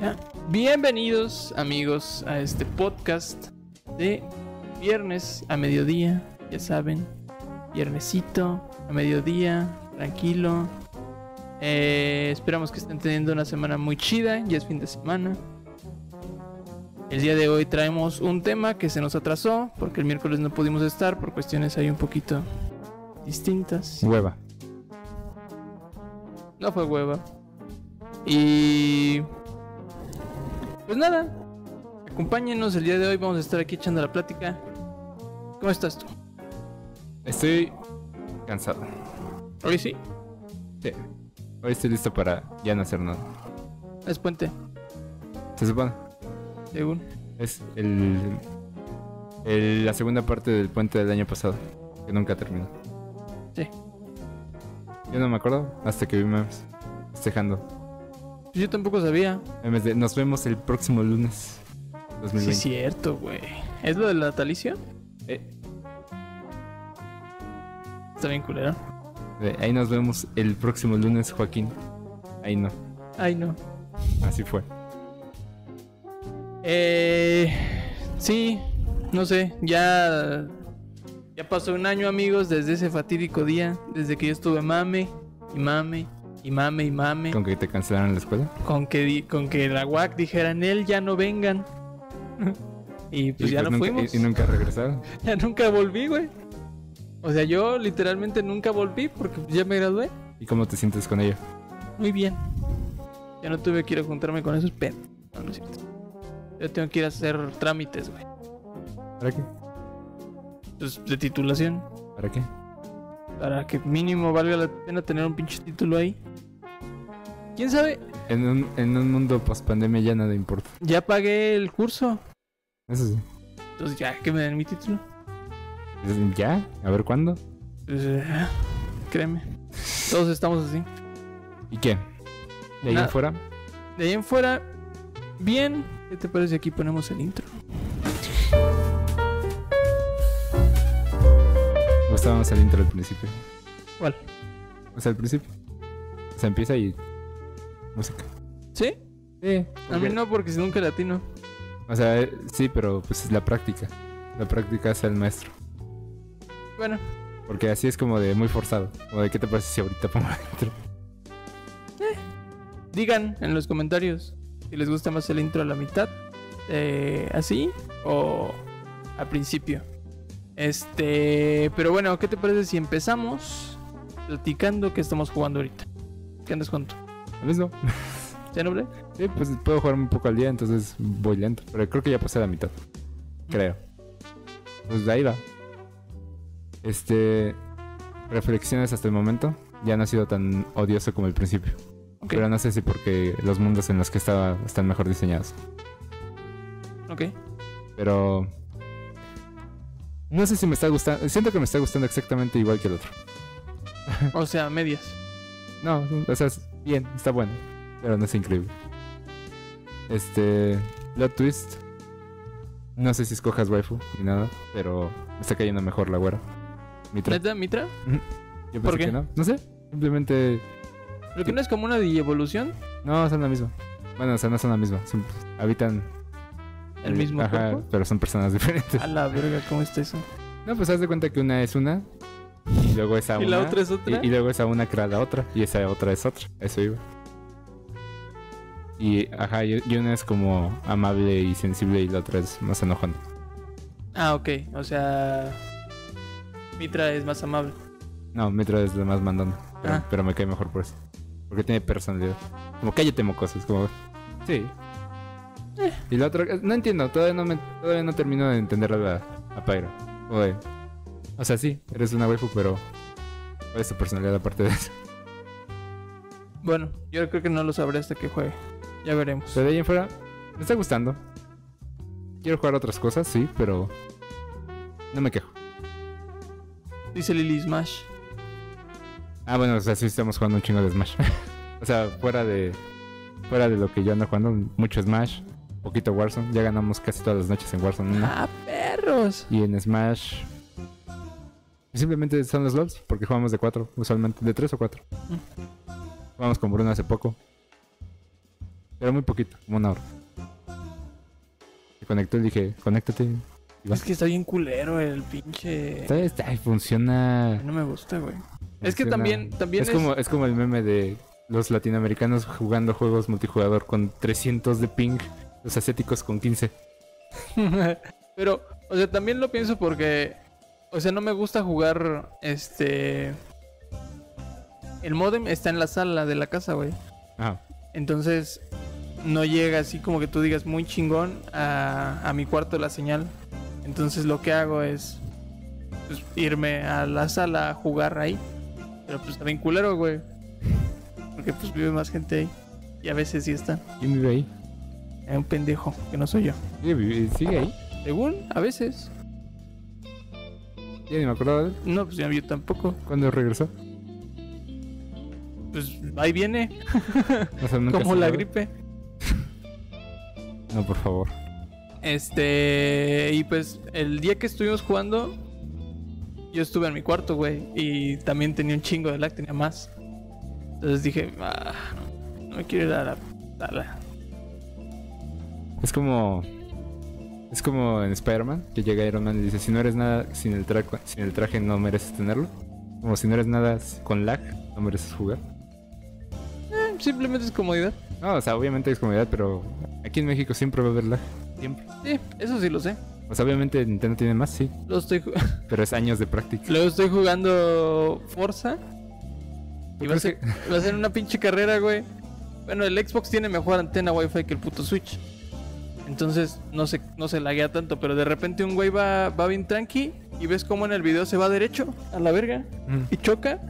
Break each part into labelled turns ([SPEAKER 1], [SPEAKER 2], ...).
[SPEAKER 1] Ya. Bienvenidos amigos a este podcast de viernes a mediodía, ya saben, viernesito a mediodía, tranquilo. Eh, esperamos que estén teniendo una semana muy chida, ya es fin de semana. El día de hoy traemos un tema que se nos atrasó porque el miércoles no pudimos estar por cuestiones ahí un poquito distintas.
[SPEAKER 2] Hueva.
[SPEAKER 1] No fue hueva. Y... Pues nada, acompáñenos el día de hoy, vamos a estar aquí echando la plática. ¿Cómo estás tú?
[SPEAKER 2] Estoy cansado.
[SPEAKER 1] Hoy sí,
[SPEAKER 2] Sí. Hoy estoy listo para ya no hacer nada.
[SPEAKER 1] es puente,
[SPEAKER 2] Se supone.
[SPEAKER 1] según.
[SPEAKER 2] Es el, el- la segunda parte del puente del año pasado. Que nunca terminó.
[SPEAKER 1] Sí.
[SPEAKER 2] Yo no me acuerdo hasta que vi memes. Festejando.
[SPEAKER 1] Pues Yo tampoco sabía.
[SPEAKER 2] Memes de, nos vemos el próximo lunes. 2020.
[SPEAKER 1] Sí, es cierto, güey. ¿Es lo del natalicio?
[SPEAKER 2] Eh.
[SPEAKER 1] Está bien culero.
[SPEAKER 2] De, ahí nos vemos el próximo lunes, Joaquín. Ahí no.
[SPEAKER 1] Ay, no.
[SPEAKER 2] Así fue.
[SPEAKER 1] Eh, sí, no sé, ya, ya pasó un año amigos desde ese fatídico día, desde que yo estuve mame y mame y mame y mame
[SPEAKER 2] Con que te cancelaron la escuela.
[SPEAKER 1] con que di- con que la UAC dijeran él ya no vengan y pues
[SPEAKER 2] Y
[SPEAKER 1] ya
[SPEAKER 2] pues
[SPEAKER 1] no
[SPEAKER 2] nunca-
[SPEAKER 1] fuimos,
[SPEAKER 2] Y, y nunca regresaron.
[SPEAKER 1] ya nunca volví, güey. O sea, yo literalmente nunca volví porque ya me gradué.
[SPEAKER 2] ¿Y cómo te sientes con ello?
[SPEAKER 1] Muy bien. Ya no tuve que ir a juntarme con esos pen. No, no es cierto. Yo tengo que ir a hacer trámites, güey.
[SPEAKER 2] ¿Para qué?
[SPEAKER 1] Pues, de titulación.
[SPEAKER 2] ¿Para qué?
[SPEAKER 1] Para que mínimo valga la pena tener un pinche título ahí. ¿Quién sabe?
[SPEAKER 2] En un, en un mundo post pandemia ya nada importa.
[SPEAKER 1] Ya pagué el curso.
[SPEAKER 2] Eso sí.
[SPEAKER 1] Entonces ya que me den mi título.
[SPEAKER 2] Pues, ¿Ya? A ver cuándo.
[SPEAKER 1] Pues, eh, créeme. Todos estamos así.
[SPEAKER 2] ¿Y qué? ¿De ahí
[SPEAKER 1] Nada.
[SPEAKER 2] en fuera?
[SPEAKER 1] De ahí en fuera, bien. ¿Qué te parece si aquí ponemos el intro?
[SPEAKER 2] ¿O estábamos al intro al principio?
[SPEAKER 1] ¿Cuál?
[SPEAKER 2] O sea, al principio. O sea, empieza y. Música.
[SPEAKER 1] ¿Sí?
[SPEAKER 2] Sí.
[SPEAKER 1] A mí no porque nunca latino.
[SPEAKER 2] O sea, eh, sí, pero pues es la práctica. La práctica hace al maestro.
[SPEAKER 1] Bueno,
[SPEAKER 2] Porque así es como de muy forzado. O de qué te parece si ahorita pongo el intro.
[SPEAKER 1] Digan en los comentarios si les gusta más el intro a la mitad, eh, así o al principio. Este, pero bueno, ¿qué te parece si empezamos platicando que estamos jugando ahorita? ¿Qué andas jugando?
[SPEAKER 2] Lo mismo.
[SPEAKER 1] ¿Xenoblade?
[SPEAKER 2] Sí, pues puedo jugar un poco al día, entonces voy lento. Pero creo que ya pasé la mitad. Creo. Pues de ahí va. Este. Reflexiones hasta el momento. Ya no ha sido tan odioso como el principio.
[SPEAKER 1] Ok,
[SPEAKER 2] Pero no sé si porque los mundos en los que estaba están mejor diseñados.
[SPEAKER 1] ok.
[SPEAKER 2] Pero. No sé si me está gustando. Siento que me está gustando exactamente igual que el otro.
[SPEAKER 1] O sea, medias.
[SPEAKER 2] No, o sea, es bien, está bueno. Pero no es increíble. Este. Plot twist. No sé si escojas waifu ni nada, pero me está cayendo mejor la güera. Mitra.
[SPEAKER 1] ¿Neta, Mitra?
[SPEAKER 2] Yo pensé
[SPEAKER 1] ¿Por qué?
[SPEAKER 2] que no. No sé. Simplemente.
[SPEAKER 1] ¿Pero que no es como una evolución?
[SPEAKER 2] No, son la misma. Bueno, o sea, no son la misma. son- habitan.
[SPEAKER 1] ¿El mismo
[SPEAKER 2] Ajá,
[SPEAKER 1] cuerpo? Ah.
[SPEAKER 2] pero son personas diferentes.
[SPEAKER 1] A la verga, ¿cómo está eso?
[SPEAKER 2] No, pues haz de cuenta que una es una. Y luego esa
[SPEAKER 1] ¿Y
[SPEAKER 2] una.
[SPEAKER 1] la otra es otra?
[SPEAKER 2] Y, y luego esa una crea la otra. Y esa otra es otra. Eso iba. Y ajá, y, y una es como amable y sensible y la otra es más enojona.
[SPEAKER 1] Ah, ok. O sea, Mitra es más amable.
[SPEAKER 2] No, Mitra es la más mandona. Pero,
[SPEAKER 1] Ah.
[SPEAKER 2] pero me cae mejor por eso. Porque tiene personalidad. Como cállate mocoso, es como. Sí. Y la otra, eh, no entiendo, todavía no me, todavía no termino de entender a, la- a Pyro. Como de- o sea, sí, eres una waifu, pero ¿cuál es tu personalidad aparte de eso?
[SPEAKER 1] Bueno, yo creo que no lo sabré hasta que juegue. Ya veremos.
[SPEAKER 2] Pero de ahí en fuera, me está gustando. Quiero jugar otras cosas, sí, pero. No me quejo.
[SPEAKER 1] Dice Lily Smash.
[SPEAKER 2] Ah, bueno, o sea, sí estamos jugando un chingo de Smash. o sea, fuera de. Fuera de lo que yo ando jugando, mucho Smash, poquito Warzone. Ya ganamos casi todas las noches en Warzone una.
[SPEAKER 1] ¡Ah, perros!
[SPEAKER 2] Y en Smash. Simplemente son los LOLs, porque jugamos de cuatro, usualmente, de tres o cuatro. Jugamos con Bruno hace poco. Era muy poquito, como una hora. Se conectó y dije, conéctate. Y va.
[SPEAKER 1] Es que está bien culero el pinche.
[SPEAKER 2] Está- está- ay, funciona.
[SPEAKER 1] No me gusta, güey. Es que
[SPEAKER 2] funciona.
[SPEAKER 1] también, también
[SPEAKER 2] Es como, es como el meme de los latinoamericanos jugando juegos multijugador con 300 de ping, los asiáticos con 15.
[SPEAKER 1] Pero, o sea, también lo pienso porque. O sea, no me gusta jugar. Este. El modem está en la sala de la casa, güey.
[SPEAKER 2] Ajá.
[SPEAKER 1] Entonces. No llega así como que tú digas muy chingón a, a mi cuarto la señal. Entonces lo que hago es pues, irme a la sala a jugar ahí. Pero pues también culero, güey. Porque pues vive más gente ahí. Y a veces sí está.
[SPEAKER 2] ¿Quién vive ahí?
[SPEAKER 1] Es un pendejo, que no soy yo.
[SPEAKER 2] ¿Sigue, vi- sigue ahí?
[SPEAKER 1] Según, a veces.
[SPEAKER 2] Ya ni me acordaba de él.
[SPEAKER 1] No, pues ya yo tampoco.
[SPEAKER 2] ¿Cuándo regresó?
[SPEAKER 1] Pues ahí viene,
[SPEAKER 2] O sea, nunca
[SPEAKER 1] como
[SPEAKER 2] se
[SPEAKER 1] la
[SPEAKER 2] sabe.
[SPEAKER 1] gripe.
[SPEAKER 2] No, por favor.
[SPEAKER 1] Este, y pues el día que estuvimos jugando, yo estuve en mi cuarto, güey. Y también tenía un chingo de lag, tenía más. Entonces dije, "Ah, no me quiero ir a la sala.
[SPEAKER 2] Es como. Es como en Spider-Man, que llega Iron Man y dice: Si no eres nada sin el, tra- sin el traje, no mereces tenerlo. Como si no eres nada s- con lag, no mereces jugar.
[SPEAKER 1] Eh, Simplemente es comodidad.
[SPEAKER 2] No, o sea, obviamente es comodidad, pero aquí en México siempre va a haber lag. Siempre.
[SPEAKER 1] Sí, eso sí lo sé.
[SPEAKER 2] O sea, obviamente Nintendo tiene más, sí.
[SPEAKER 1] Lo estoy ju-
[SPEAKER 2] Pero es años de práctica.
[SPEAKER 1] Luego estoy jugando Forza. Y
[SPEAKER 2] ¿Tú
[SPEAKER 1] va a,
[SPEAKER 2] crees
[SPEAKER 1] ser, va a ser una pinche carrera, güey. Bueno, el Xbox tiene mejor antena Wi-Fi que el puto Switch. Entonces no se, no se laguea tanto, pero de repente un güey va, va bien tranqui y ves cómo en el video se va derecho a la verga
[SPEAKER 2] Mm.
[SPEAKER 1] y choca.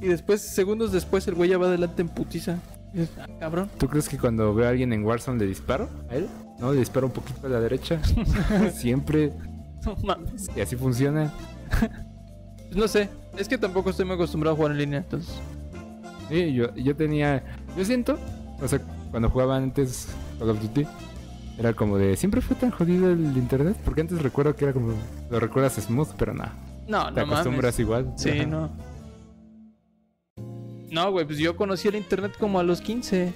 [SPEAKER 1] Y después, segundos después, el güey ya va adelante en putiza. Y dices, "Ah, cabrón.
[SPEAKER 2] ¿Tú crees que cuando veo a alguien en Warzone le disparo a él? No, le disparo un poquito a la derecha. siempre.
[SPEAKER 1] No mames.
[SPEAKER 2] Y así funciona.
[SPEAKER 1] Pues no sé, es que tampoco estoy muy acostumbrado a jugar en línea, entonces.
[SPEAKER 2] Sí, yo, yo tenía. Yo siento, o sea, cuando jugaba antes Call of Duty, era como de. Siempre fue tan jodido el internet. Porque antes recuerdo que era como. Lo recuerdas smooth, pero nada.
[SPEAKER 1] Ah, No,
[SPEAKER 2] Te
[SPEAKER 1] no
[SPEAKER 2] acostumbras
[SPEAKER 1] mames.
[SPEAKER 2] igual.
[SPEAKER 1] Sí,
[SPEAKER 2] Ajá.
[SPEAKER 1] no. No, güey, pues yo conocí el internet como a los 15.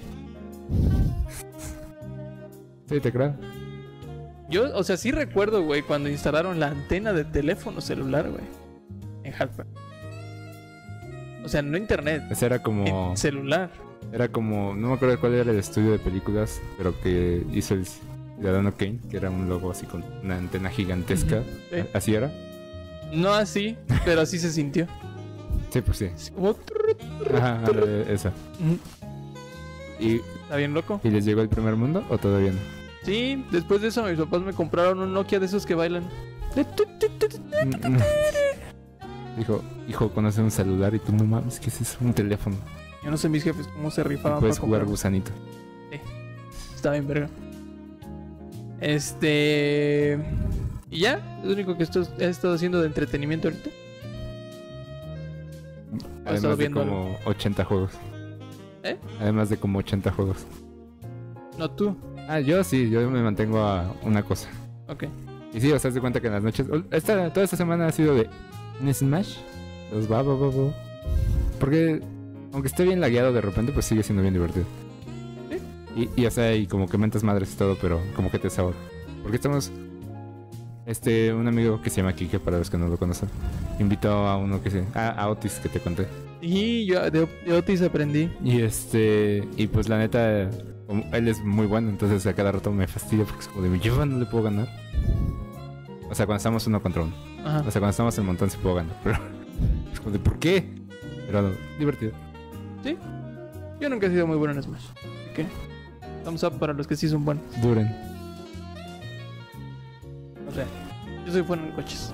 [SPEAKER 2] Sí, te creo.
[SPEAKER 1] Yo, o sea, sí recuerdo, güey, cuando instalaron la antena de teléfono celular, güey. En Jalpa. O sea, no internet,
[SPEAKER 2] O sea, era como.
[SPEAKER 1] en celular.
[SPEAKER 2] Era como. No me acuerdo cuál era el estudio de películas, pero que hizo el Ciudadano Kane, que era un logo así con una antena gigantesca. ¿Eh?
[SPEAKER 1] Sí.
[SPEAKER 2] Así era.
[SPEAKER 1] No así, pero así se sintió.
[SPEAKER 2] Sí, pues sí.
[SPEAKER 1] Así como, "Trrr".
[SPEAKER 2] Ajá, ándale, esa.
[SPEAKER 1] Ujú.
[SPEAKER 2] ¿Y,
[SPEAKER 1] Está bien loco.
[SPEAKER 2] ¿Y les llegó el primer mundo o todavía no?
[SPEAKER 1] Sí, después de eso mis papás me compraron un Nokia de esos que bailan. De tu, tu, tu, tu.
[SPEAKER 2] Dijo, hijo, conoce un celular y tú no mames, ¿qué es eso? Un teléfono.
[SPEAKER 1] Yo no sé mis jefes cómo se
[SPEAKER 2] Y
[SPEAKER 1] rifaban.
[SPEAKER 2] puedes
[SPEAKER 1] Ah, para Ah,
[SPEAKER 2] jugar
[SPEAKER 1] comprarme.
[SPEAKER 2] gusanito.
[SPEAKER 1] Está bien, verga. Este. Y ya, es lo único que esto he estado haciendo de entretenimiento ahorita. estado
[SPEAKER 2] Además de
[SPEAKER 1] viendo
[SPEAKER 2] como 80 juegos.
[SPEAKER 1] ¿Eh?
[SPEAKER 2] Además de como 80 juegos.
[SPEAKER 1] No tú.
[SPEAKER 2] Ah, yo sí, yo me mantengo a una cosa.
[SPEAKER 1] Ok.
[SPEAKER 2] Y sí, o sea, haz de cuenta que en las noches. Esta, toda esta semana ha sido de. ¿Un Smash? Los va, va, va, va. Porque, aunque esté bien lagueado de repente, pues sigue siendo bien divertido. Y, y o sea, y como que mentas madres y todo, pero como que te sabor. Porque estamos. Este, un amigo que se llama Kike, para los que no lo conocen, invitó a uno que se. A, a Otis, que te conté.
[SPEAKER 1] Y yo de, de Otis aprendí.
[SPEAKER 2] Y este. Y pues la neta. como Él es muy bueno, entonces a cada rato me fastidia porque es como de. Yo no le puedo ganar. O sea, cuando estamos uno contra uno.
[SPEAKER 1] Ajá.
[SPEAKER 2] O sea, cuando estamos en montón sí puedo ganar, pero es como de ¿por qué? Pero no, divertido.
[SPEAKER 1] Yo nunca he sido muy bueno en Smash. Así que. Thumbs up para los que sí son buenos.
[SPEAKER 2] Duren.
[SPEAKER 1] O sea, yo soy bueno en coches.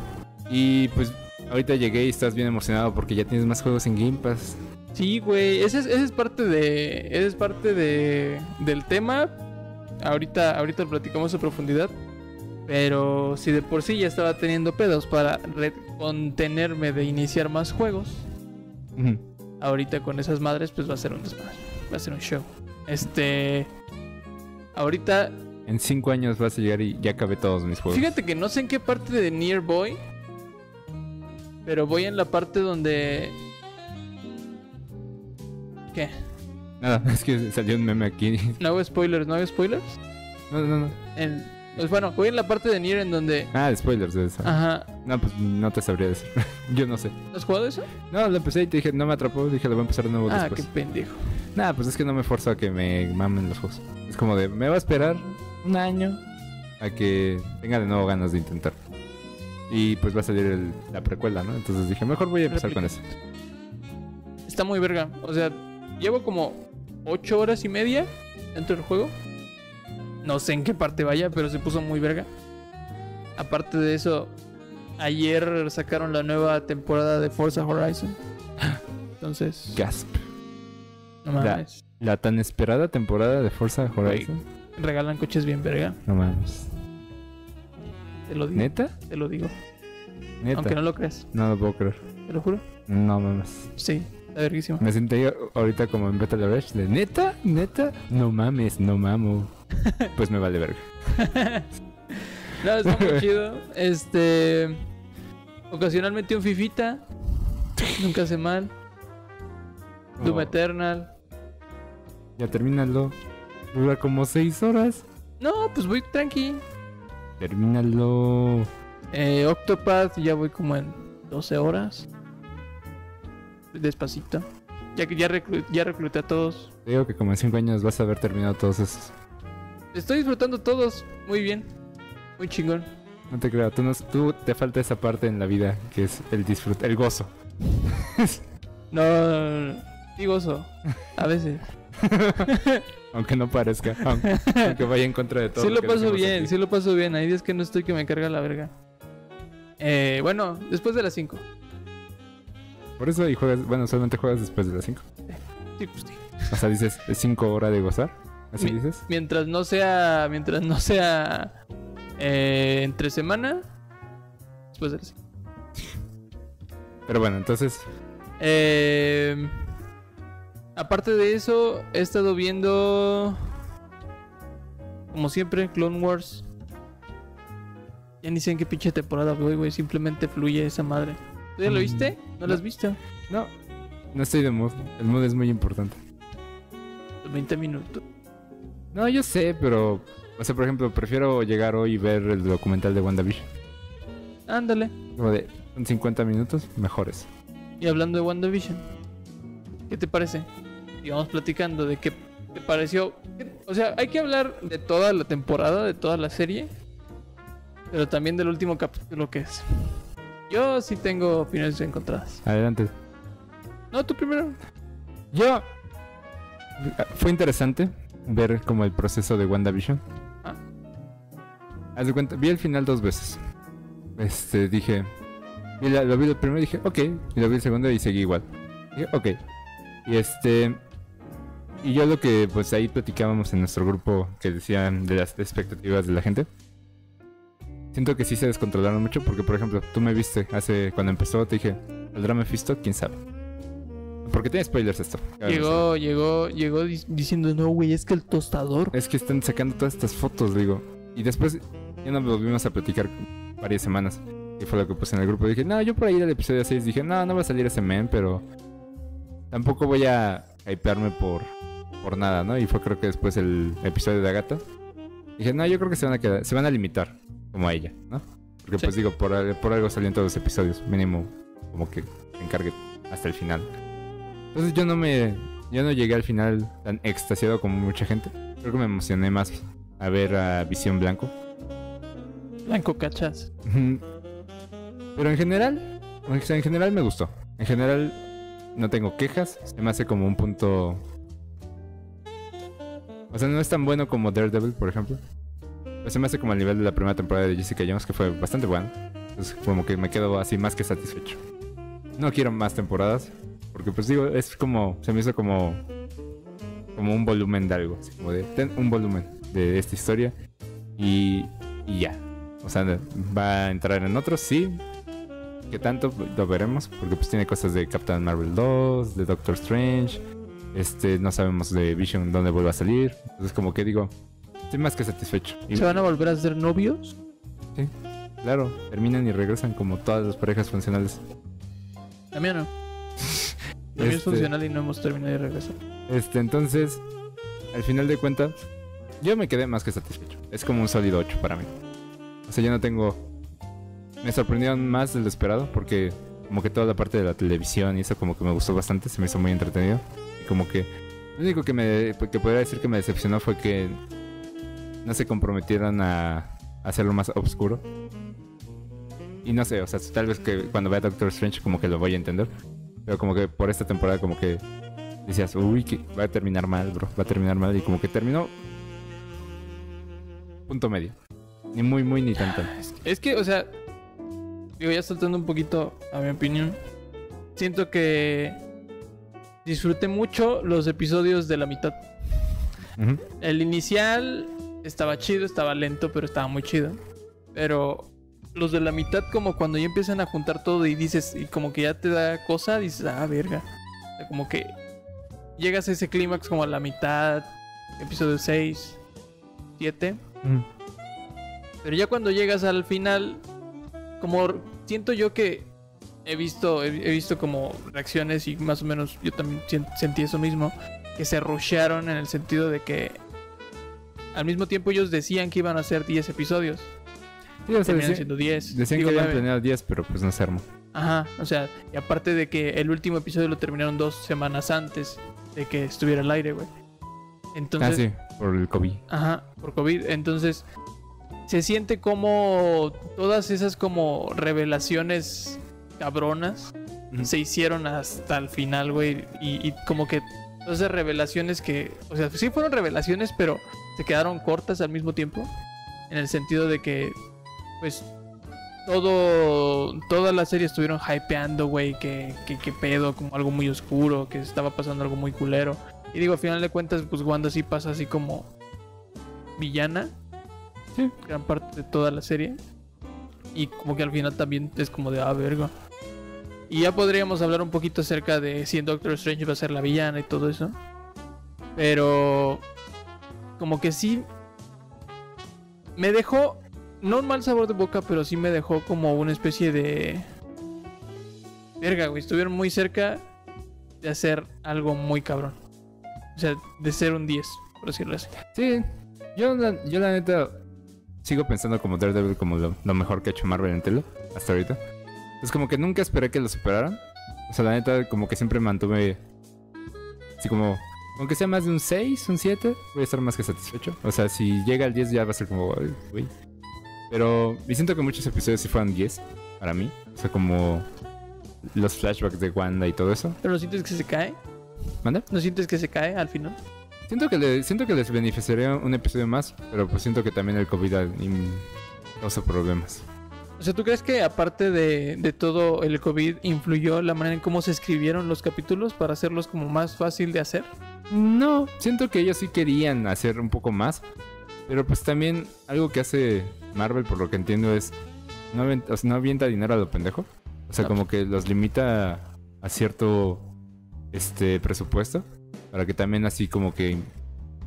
[SPEAKER 2] Y pues ahorita llegué y estás bien emocionado porque ya tienes más juegos en Game Pass.
[SPEAKER 1] Sí, güey. Ese es, ese es parte de. Ese es parte de. del tema. Ahorita, ahorita lo platicamos a profundidad. Pero si de por sí ya estaba teniendo pedos para re- contenerme de iniciar más juegos, ahorita con esas madres, pues va a ser un desmadre. Va a ser un show. Este. Ahorita
[SPEAKER 2] En cinco años vas a llegar y ya acabé todos mis juegos.
[SPEAKER 1] Fíjate que no sé en qué parte de Near voy. Pero voy en la parte donde. ¿Qué?
[SPEAKER 2] Nada, es que salió un meme aquí.
[SPEAKER 1] No hago spoilers, no hago spoilers.
[SPEAKER 2] No, no, no.
[SPEAKER 1] En- pues bueno, voy en la parte de Nier en donde.
[SPEAKER 2] Ah, spoilers de eso.
[SPEAKER 1] Ajá.
[SPEAKER 2] No, pues no te sabría decir. Yo no sé.
[SPEAKER 1] ¿Has jugado eso?
[SPEAKER 2] No, lo empecé y te dije, no me atrapó. Dije, lo voy a empezar de nuevo
[SPEAKER 1] Ah,
[SPEAKER 2] después.
[SPEAKER 1] qué pendejo.
[SPEAKER 2] Nada, pues es que no me forzo a que me mamen los juegos. Es como de, me va a esperar un año a que tenga de nuevo ganas de intentar. Y pues va a salir el- la precuela, ¿no? Entonces dije, mejor voy a empezar con eso.
[SPEAKER 1] Está muy verga. O sea, llevo como 8 horas y media dentro del juego. No sé en qué parte vaya, pero se puso muy verga. Aparte de eso, ayer sacaron la nueva temporada de Forza Horizon. Entonces,
[SPEAKER 2] Gasp.
[SPEAKER 1] no mames.
[SPEAKER 2] La tan esperada temporada de Forza Horizon.
[SPEAKER 1] Regalan coches bien verga.
[SPEAKER 2] No mames.
[SPEAKER 1] Te lo digo.
[SPEAKER 2] ¿Neta?
[SPEAKER 1] Te lo digo.
[SPEAKER 2] ¿Neta?
[SPEAKER 1] Aunque no lo creas.
[SPEAKER 2] No lo puedo creer.
[SPEAKER 1] Te lo juro.
[SPEAKER 2] No mames.
[SPEAKER 1] Sí, está verguísima.
[SPEAKER 2] Me senté ahorita como en Battle Rush de neta, neta, no mames, no mamo. Pues me vale verga.
[SPEAKER 1] No, está muy chido. Este. Ocasionalmente un Fifita. Nunca hace mal. Doom
[SPEAKER 2] Oh,
[SPEAKER 1] Eternal.
[SPEAKER 2] ya termínalo. Dura como seis horas.
[SPEAKER 1] No, pues voy tranqui.
[SPEAKER 2] Termínalo.
[SPEAKER 1] Eh, Octopath ya voy como en 12 horas. Despacito. Ya que ya, reclu- ya recluté a todos.
[SPEAKER 2] Te digo que como en cinco años vas a haber terminado todos esos.
[SPEAKER 1] Estoy disfrutando todos muy bien. Muy chingón.
[SPEAKER 2] No te creo, tú, no- tú te falta esa parte en la vida que es el disfrute, el gozo.
[SPEAKER 1] No, no, no. sí gozo. A veces.
[SPEAKER 2] Aunque no parezca, aunque, aunque vaya en contra de todo.
[SPEAKER 1] Sí lo
[SPEAKER 2] que
[SPEAKER 1] paso
[SPEAKER 2] decimos
[SPEAKER 1] bien,
[SPEAKER 2] aquí.
[SPEAKER 1] sí lo paso bien. Hay días que no estoy que me carga la verga. Eh, bueno, después de las 5.
[SPEAKER 2] Por eso y juegas, bueno, solamente juegas después de las cinco.
[SPEAKER 1] Sí, pues sí.
[SPEAKER 2] O sea, dices, es cinco horas de gozar. Así
[SPEAKER 1] Mi-
[SPEAKER 2] dices.
[SPEAKER 1] Mientras no sea. Mientras no sea. eh, entre semana. Después de las 5.
[SPEAKER 2] Pero bueno, entonces
[SPEAKER 1] Eh, aparte de eso, he estado viendo. Como siempre, Clone Wars. Ya ni sé en qué pinche temporada voy, güey. Simplemente fluye esa madre. ¿Tú ya lo
[SPEAKER 2] Mm,
[SPEAKER 1] viste? ¿No lo has visto?
[SPEAKER 2] No, no estoy de mood. El mood es muy importante.
[SPEAKER 1] 20 minutos.
[SPEAKER 2] No, yo sé, pero. O sea, por ejemplo, prefiero llegar hoy y ver el documental de WandaVision.
[SPEAKER 1] Ándale.
[SPEAKER 2] Como de. Son 50 minutos mejores.
[SPEAKER 1] Y hablando de WandaVision, ¿qué te parece? Y vamos platicando de qué te pareció. O sea, hay que hablar de toda la temporada, de toda la serie, pero también del último capítulo que es. Yo sí tengo opiniones encontradas.
[SPEAKER 2] Adelante.
[SPEAKER 1] No, tú primero.
[SPEAKER 2] Yo. Fue interesante ver como el proceso de WandaVision.
[SPEAKER 1] Ah.
[SPEAKER 2] Haz de cuenta, vi el final dos veces. Este, dije. vi la- lo vi el primero y dije, ok. Y lo vi el segundo y seguí igual. Dije, ok. Y este. Y yo lo que pues ahí platicábamos en nuestro grupo que decían de las expectativas de la gente. Siento que sí se descontrolaron mucho porque, por ejemplo, tú me viste hace cuando empezó, te dije, ¿el drama Fisto? ¿Quién sabe? Porque tiene spoilers esto. cabe mencionar.
[SPEAKER 1] Llegó, llegó, llegó di- diciendo, no, güey, es que el tostador.
[SPEAKER 2] Es que están sacando todas estas fotos, digo. Y después ya nos volvimos a platicar varias semanas. Y fue lo que puse en el grupo. Dije, no, yo por ahí del episodio 6 dije, no, no va a salir ese men, pero tampoco voy a hypearme por, por nada, ¿no? Y fue creo que después el episodio de Agatha. Dije, no, yo creo que se van a quedar, se van a limitar como a ella, ¿no? Porque
[SPEAKER 1] Sí.
[SPEAKER 2] pues digo, por, al- por algo salieron todos los episodios, mínimo como que se encargue hasta el final. Entonces yo no me, yo no llegué al final tan extasiado como mucha gente. Creo que me emocioné más a ver a Visión Blanco.
[SPEAKER 1] Blanco cachas.
[SPEAKER 2] Ujú. Pero en general, o sea, en general me gustó. En general no tengo quejas. Se me hace como un punto... O sea, no es tan bueno como Daredevil, por ejemplo. Pero Pues se me hace como al nivel de la primera temporada de Jessica Jones, que fue bastante bueno. Entonces como que me quedo así más que satisfecho. No quiero más temporadas. Porque pues digo, es como... Se me hizo como... Como un volumen de algo. así como de, ten un volumen de esta historia. Y, y ya. O sea, va a entrar en otros, sí. ¿Qué tanto? Lo veremos. Porque pues tiene cosas de Captain Marvel 2, de Doctor Strange. Este, no sabemos de Vision dónde vuelva a salir. Entonces como que digo, estoy más que satisfecho. Y
[SPEAKER 1] ¿Se van a volver a hacer novios?
[SPEAKER 2] claro, terminan y regresan como todas las parejas funcionales.
[SPEAKER 1] También no. También es
[SPEAKER 2] Este-
[SPEAKER 1] funcional y no hemos terminado de regresar.
[SPEAKER 2] Este, entonces, al final de cuentas, yo me quedé más que satisfecho. Es como un sólido 8 para mí. O sea, yo no tengo. Me sorprendieron más de lo esperado porque, como que toda la parte de la televisión y eso, como que me gustó bastante, se me hizo muy entretenido. Y como que. Lo único que me que podría decir que me decepcionó fue que no se comprometieron a hacerlo más oscuro. Y no sé, o sea, tal vez que cuando vea Doctor Strange como que lo voy a entender. Pero como que por esta temporada como que decías, uy, que va a terminar mal, bro, va a terminar mal. Y como que terminó punto medio. Ni muy, muy, ni tanto.
[SPEAKER 1] Ah, Es que, es que, o sea, digo, ya saltando un poquito a mi opinión, siento que disfruté mucho los episodios de la mitad.
[SPEAKER 2] Ujú.
[SPEAKER 1] El inicial estaba chido, estaba lento, pero estaba muy chido. Pero los de la mitad, como cuando ya empiezan a juntar todo y dices, y como que ya te da cosa, dices, ah, verga. O sea, como que llegas a ese clímax como a la mitad, episodio 6, 7. Pero ya cuando llegas al final, como r- siento yo que he visto, he, he visto como reacciones y más o menos yo también sien- sentí eso mismo, que se rushearon en el sentido de que al mismo tiempo ellos decían que iban a hacer 10 episodios,
[SPEAKER 2] Sí, o sea,
[SPEAKER 1] terminan
[SPEAKER 2] decían,
[SPEAKER 1] siendo 10.
[SPEAKER 2] decían
[SPEAKER 1] digo,
[SPEAKER 2] que habían
[SPEAKER 1] nueve.
[SPEAKER 2] planeado 10, pero pues no se armó.
[SPEAKER 1] Ajá, o sea, y aparte de que el último episodio lo terminaron dos semanas antes de que estuviera al aire, güey. Entonces,
[SPEAKER 2] ah, sí, por el COVID.
[SPEAKER 1] Ajá, por COVID. Entonces, se siente como todas esas como revelaciones cabronas
[SPEAKER 2] Ujú.
[SPEAKER 1] se hicieron hasta el final, güey. Y, y como que todas esas revelaciones que, o sea, sí fueron revelaciones, pero se quedaron cortas al mismo tiempo. En el sentido de que, pues, todo, toda la serie estuvieron hypeando, güey, que, que, que pedo, como algo muy oscuro, que estaba pasando algo muy culero. Y digo, al final de cuentas, pues Wanda sí pasa así como villana.
[SPEAKER 2] Sí.
[SPEAKER 1] Gran parte de toda la serie. Y como que al final también es como de, ah, verga. Y ya podríamos hablar un poquito acerca de si en Doctor Strange va a ser la villana y todo eso. Pero como que sí me dejó no un mal sabor de boca, pero sí me dejó como una especie de verga, güey, estuvieron muy cerca de hacer algo muy cabrón. O sea, de ser un 10, por decirlo así.
[SPEAKER 2] Sí, yo la, yo la neta sigo pensando como Daredevil como lo, lo mejor que ha hecho Marvel en tele hasta ahorita. Es como que nunca esperé que lo superaran. O sea, la neta como que siempre mantuve así como aunque sea más de un 6, un 7, voy a estar más que satisfecho. O sea, si llega al 10 ya va a ser como, "Ay, güey. Pero y siento que muchos episodios sí fueron 10 para mí. O sea, como los flashbacks de Wanda y todo eso.
[SPEAKER 1] Pero no sientes que se cae,
[SPEAKER 2] ¿Manda?
[SPEAKER 1] no sientes que se cae al final.
[SPEAKER 2] Siento que, le- siento que les beneficiaría un episodio más, pero pues siento que también el COVID a- im- causa problemas.
[SPEAKER 1] O sea, ¿tú crees que aparte de, de todo el COVID influyó la manera en cómo se escribieron los capítulos para hacerlos como más fácil de hacer?
[SPEAKER 2] No, siento que ellos sí querían hacer un poco más, pero pues también algo que hace Marvel, por lo que entiendo, es no, aven- o sea, no avienta dinero a lo pendejo. O sea,
[SPEAKER 1] No,
[SPEAKER 2] como que los limita a cierto este presupuesto, para que también así como que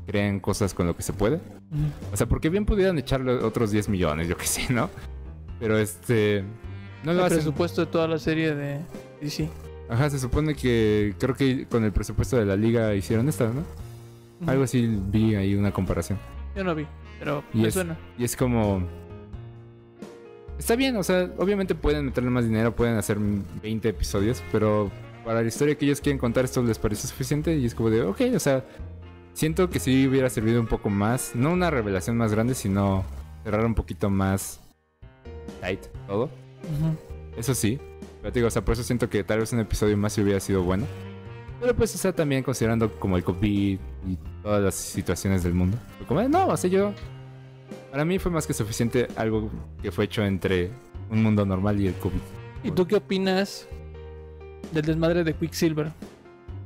[SPEAKER 2] creen cosas con lo que se puede.
[SPEAKER 1] Mm,
[SPEAKER 2] O sea, porque bien pudieran echarle otros 10 millones, yo que sé, ¿no? Pero este... No
[SPEAKER 1] El
[SPEAKER 2] lo hacen.
[SPEAKER 1] presupuesto de toda la serie de DC.
[SPEAKER 2] Ajá, se supone que creo que con el presupuesto de la liga hicieron esta, ¿no?
[SPEAKER 1] Ujú.
[SPEAKER 2] Algo así vi ahí una comparación.
[SPEAKER 1] Yo no vi, pero
[SPEAKER 2] Y
[SPEAKER 1] me
[SPEAKER 2] es-
[SPEAKER 1] suena.
[SPEAKER 2] Y es como... Está bien, o sea, obviamente pueden meterle más dinero, pueden hacer 20 episodios, pero para la historia que ellos quieren contar esto les parece suficiente y es como de, ok, o sea, siento que sí hubiera servido un poco más, no una revelación más grande, sino cerrar un poquito más tight todo.
[SPEAKER 1] Ujú.
[SPEAKER 2] Eso sí. Pero te digo, o sea, por eso siento que tal vez un episodio más sí hubiera sido bueno. Pero pues, o sea, también considerando como el COVID y todas las situaciones del mundo. Fue Como, eh, no, o sea, yo... Para mí fue más que suficiente algo que fue hecho entre un mundo normal y el COVID.
[SPEAKER 1] ¿Y tú qué opinas del desmadre de Quicksilver?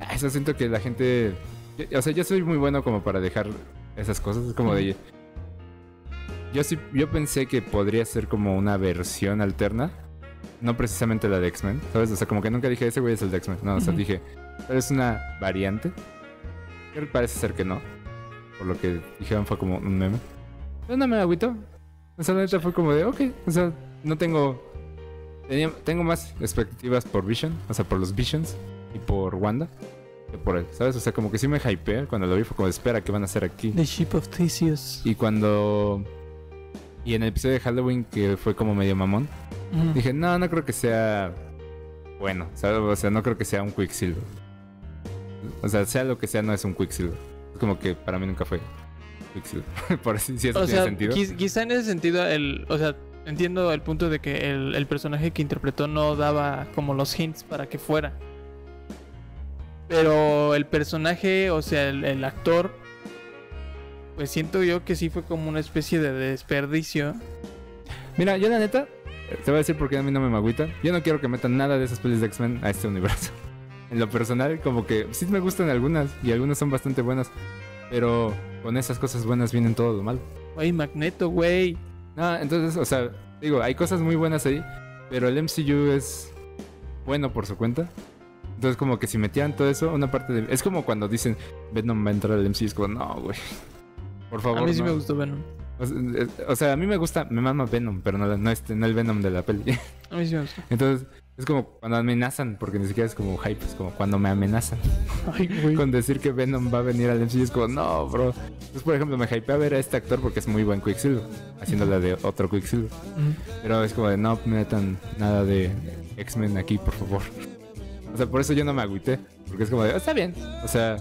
[SPEAKER 2] Ah, Eso siento que la gente... yo- O sea, yo soy muy bueno como para dejar esas cosas. Es como de... Yo sí, yo pensé que podría ser como una versión alterna. No precisamente la de X-Men, ¿sabes? O sea, como que nunca dije, ese güey es el de X-Men. No, o sea,
[SPEAKER 1] Ujú.
[SPEAKER 2] dije, pero es una variante. Pero parece ser que no. Por lo que dijeron fue como un meme. Pero no me agüito. O sea, la neta fue como de, ok, o sea, no tengo... tenía- tengo más expectativas por Vision, o sea, por los Visions. y por Wanda que por él, ¿sabes? O sea, como que sí me hypeé cuando lo vi, fue como, espera, ¿qué van a hacer aquí?
[SPEAKER 1] The Ship of Theseus.
[SPEAKER 2] Y cuando... Y en el episodio de Halloween, que fue como medio mamón,
[SPEAKER 1] Ujú.
[SPEAKER 2] dije, no, no creo que sea bueno, ¿sabes? O sea, no creo que sea un Quicksilver. O sea, sea lo que sea, no es un Quicksilver. Es como que para mí nunca fue Quicksilver. por así, si eso
[SPEAKER 1] O
[SPEAKER 2] tiene
[SPEAKER 1] sea,
[SPEAKER 2] sentido.
[SPEAKER 1] quiz- quizá en ese sentido, el, o sea, entiendo el punto de que el, el personaje que interpretó no daba como los hints para que fuera. Pero el personaje, o sea, el, el actor, pues siento yo que sí fue como una especie de desperdicio.
[SPEAKER 2] Mira, yo la neta, eh, te voy a decir por qué a mí no me magüita. Yo no quiero que metan nada de esas pelis de X-Men a este universo. En lo personal, como que sí me gustan algunas y algunas son bastante buenas. Pero con esas cosas buenas vienen todo lo malo.
[SPEAKER 1] Güey, Magneto, güey.
[SPEAKER 2] No, entonces, o sea, digo, hay cosas muy buenas ahí, pero el MCU es bueno por su cuenta. Entonces, como que si metían todo eso, una parte de. Es como cuando dicen, Venom va a entrar al MCU, es como, no, güey. Por favor.
[SPEAKER 1] A mí sí
[SPEAKER 2] no".
[SPEAKER 1] me gustó Venom.
[SPEAKER 2] O sea, eh, o sea, a mí me gusta, me mama Venom, pero no, no, este, no el Venom de la peli.
[SPEAKER 1] A mí sí me gustó.
[SPEAKER 2] Entonces, es como cuando amenazan, porque ni siquiera es como hype, es como cuando me amenazan.
[SPEAKER 1] Ay, güey.
[SPEAKER 2] Con decir que Venom va a venir al MCU es como, no, bro. Entonces, por ejemplo, me hypea ver a este actor porque es muy buen Quicksilver, haciendo la de otro Quicksilver.
[SPEAKER 1] Ujú.
[SPEAKER 2] Pero es como de, no me metan nada de X-Men aquí, por favor. O sea, por eso yo no me agüité, porque es como de, "Ah, está bien. O sea,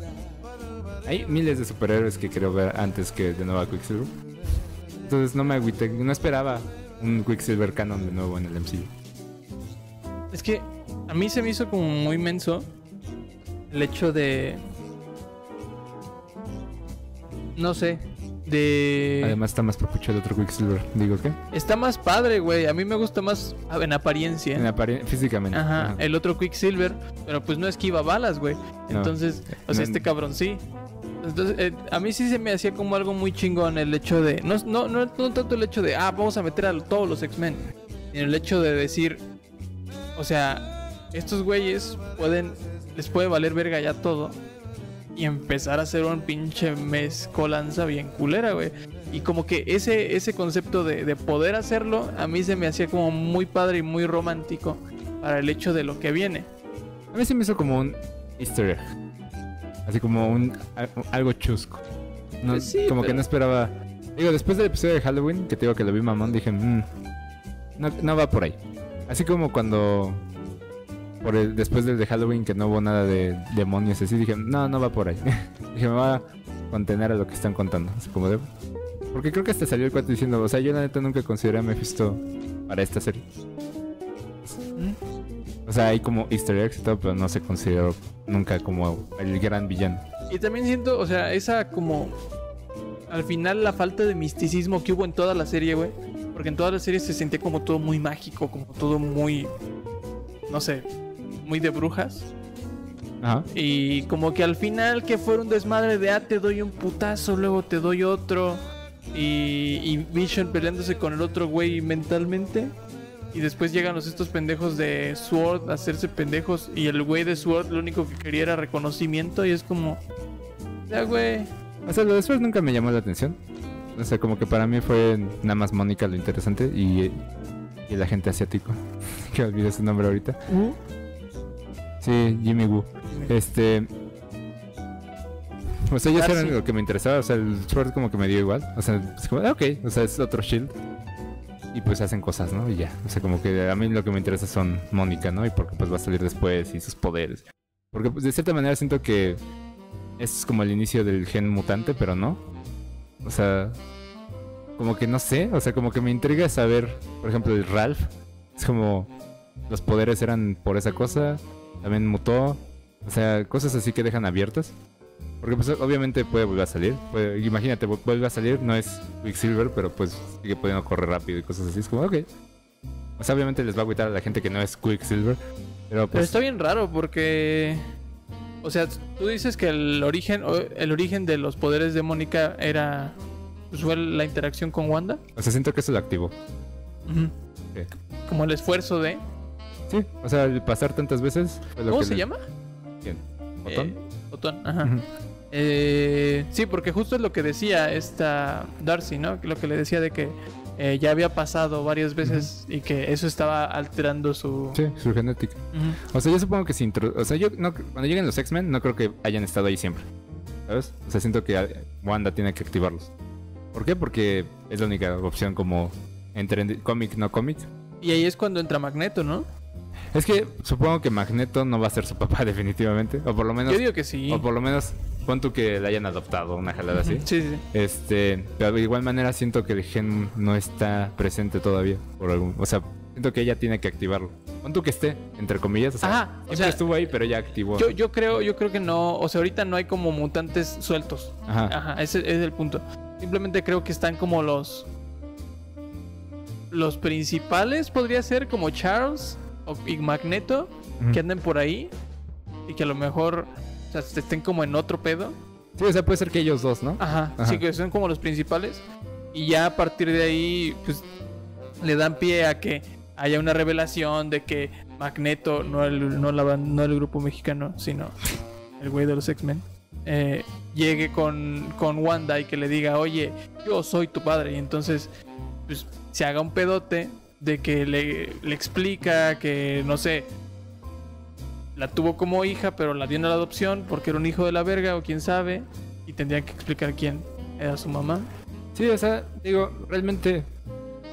[SPEAKER 2] hay miles de superhéroes que quiero ver antes que de nuevo a Quicksilver. Entonces no me agüité, no esperaba un Quicksilver canon de nuevo en el MCU.
[SPEAKER 1] Es que a mí se me hizo como muy menso el hecho de. No sé. De.
[SPEAKER 2] Además está más propucho el otro Quicksilver. Digo, ¿qué?
[SPEAKER 1] Está más padre, güey. A mí me gusta más a- en apariencia.
[SPEAKER 2] En aparien- físicamente.
[SPEAKER 1] Ajá,
[SPEAKER 2] Ajá.
[SPEAKER 1] el otro Quicksilver, pero pues no esquiva balas, güey. Entonces, o sea,
[SPEAKER 2] No.
[SPEAKER 1] este cabrón sí. Entonces, eh, a mí sí se me hacía como algo muy chingón el hecho de. No, no, no, no tanto el hecho de, ah, vamos a meter a todos los X-Men. Sino el hecho de decir, o sea, estos güeyes pueden. Les puede valer verga ya todo. Y empezar a hacer un pinche mezcolanza bien culera, güey. Y como que ese, ese concepto de, de poder hacerlo, a mí se me hacía como muy padre y muy romántico para el hecho de lo que viene.
[SPEAKER 2] A mí se me hizo como un easter egg. Así como un al- algo chusco. No,
[SPEAKER 1] Pues sí,
[SPEAKER 2] como que
[SPEAKER 1] pero-
[SPEAKER 2] no esperaba. Digo, después del episodio de Halloween, que te digo que lo vi mamón, dije, "Mm, no, no va por ahí. Así como cuando por el, después del de Halloween que no hubo nada de demonios así, dije, no, no va por ahí. dije, me va a contener a lo que están contando. Así como de. Porque creo que hasta salió el cuate diciendo, o sea, yo la neta nunca consideré a Mephisto para esta serie. O sea, hay como easter eggs y todo, pero no se consideró nunca como el gran villano.
[SPEAKER 1] Y también siento, o sea, esa como. Al final, la falta de misticismo que hubo en toda la serie, güey. Porque en toda la serie se sentía como todo muy mágico, como todo muy. No sé, muy de brujas.
[SPEAKER 2] Ajá.
[SPEAKER 1] Y como que al final que fuera un desmadre de ah, te doy un putazo, luego te doy otro. Y, y Vision peleándose con el otro güey mentalmente. Y después llegan los estos pendejos de Sword a hacerse pendejos. Y el güey de Sword lo único que quería era reconocimiento. Y es como. Ya, güey.
[SPEAKER 2] O sea, lo de Sword nunca me llamó la atención. O sea, como que para mí fue nada más Mónica lo interesante y, y el agente asiático. que olvidé su nombre ahorita. Sí, Jimmy Woo. Este. O sea, yo
[SPEAKER 1] Ah,
[SPEAKER 2] era
[SPEAKER 1] sí.
[SPEAKER 2] lo que me interesaba. O sea, el Sword como que me dio igual. O sea, es como, ah, ok. O sea, es otro Shield. Y pues hacen cosas, ¿no? Y ya. O sea, como que a mí lo que me interesa son Mónica, ¿no? Y porque pues va a salir después y sus poderes. Porque pues, de cierta manera siento que es como el inicio del gen mutante, pero no. O sea, como que no sé. O sea, como que me intriga saber, por ejemplo, el Ralph. Es como los poderes eran por esa cosa. También mutó. O sea, cosas así que dejan abiertas. Porque pues obviamente puede volver a salir. Puede- imagínate, vu- vuelve a salir, no es Quicksilver, pero pues sigue pudiendo correr rápido y cosas así. Es como, ok. O sea, obviamente les va a agüitar a la gente que no es Quicksilver.
[SPEAKER 1] Pero
[SPEAKER 2] Pero pues...
[SPEAKER 1] está bien raro porque. O sea, tú dices que el origen, o- el origen de los poderes de Mónica era. pues, fue la interacción con Wanda.
[SPEAKER 2] O sea, siento que eso lo activo. Sí.
[SPEAKER 1] Como el esfuerzo de.
[SPEAKER 2] Sí. O sea, el pasar tantas veces... fue lo
[SPEAKER 1] ¿Cómo
[SPEAKER 2] que
[SPEAKER 1] se
[SPEAKER 2] le-
[SPEAKER 1] llama?
[SPEAKER 2] ¿Quién? ¿Botón?
[SPEAKER 1] Eh, Botón, ajá.
[SPEAKER 2] Ujú.
[SPEAKER 1] Eh, sí, porque justo es lo que decía esta Darcy, ¿no? Lo que le decía de que eh, ya había pasado varias veces y que eso estaba alterando su...
[SPEAKER 2] Sí, su genética.
[SPEAKER 1] Ujú.
[SPEAKER 2] O sea, yo supongo que se intro... O sea, yo no... cuando lleguen los X-Men, no creo que hayan estado ahí siempre. ¿Sabes? O sea, siento que eh, Wanda tiene que activarlos. ¿Por qué? Porque es la única opción como entre en- cómic, no cómic.
[SPEAKER 1] Y ahí es cuando entra Magneto, ¿no?
[SPEAKER 2] Es que supongo que Magneto no va a ser su papá definitivamente. O por lo menos...
[SPEAKER 1] Yo digo que sí.
[SPEAKER 2] O por lo menos, pon tú que la hayan adoptado, una jalada así.
[SPEAKER 1] Ujú, Sí, sí.
[SPEAKER 2] Este, pero de igual manera siento que el gen no está presente todavía. Por algún, o sea, siento que ella tiene que activarlo. Pon tú que esté, entre comillas. O sea,
[SPEAKER 1] Ajá, o
[SPEAKER 2] siempre
[SPEAKER 1] sea,
[SPEAKER 2] estuvo ahí, pero ella activó.
[SPEAKER 1] Yo, yo creo, yo creo que no, o sea, ahorita no hay como mutantes sueltos.
[SPEAKER 2] Ajá.
[SPEAKER 1] Ajá, ese es el punto. Simplemente creo que están como los los principales, podría ser como Charles o y Magneto,
[SPEAKER 2] Ujú.
[SPEAKER 1] que anden por ahí y que a lo mejor o sea, se estén como en otro pedo.
[SPEAKER 2] Sí, o sea, puede ser que ellos dos, ¿no?
[SPEAKER 1] Ajá,
[SPEAKER 2] Ajá.
[SPEAKER 1] sí que son como los principales y ya a partir de ahí pues le dan pie a que haya una revelación de que Magneto, no el, no la, ban- no el grupo mexicano, sino el güey de los X-Men, eh, llegue con, con Wanda y que le diga, oye, yo soy tu padre. Y entonces pues, se haga un pedote de que le, le explica que, no sé, la tuvo como hija, pero la dieron a la adopción porque era un hijo de la verga o quién sabe. Y tendrían que explicar quién era su mamá.
[SPEAKER 2] Sí, o sea, digo, realmente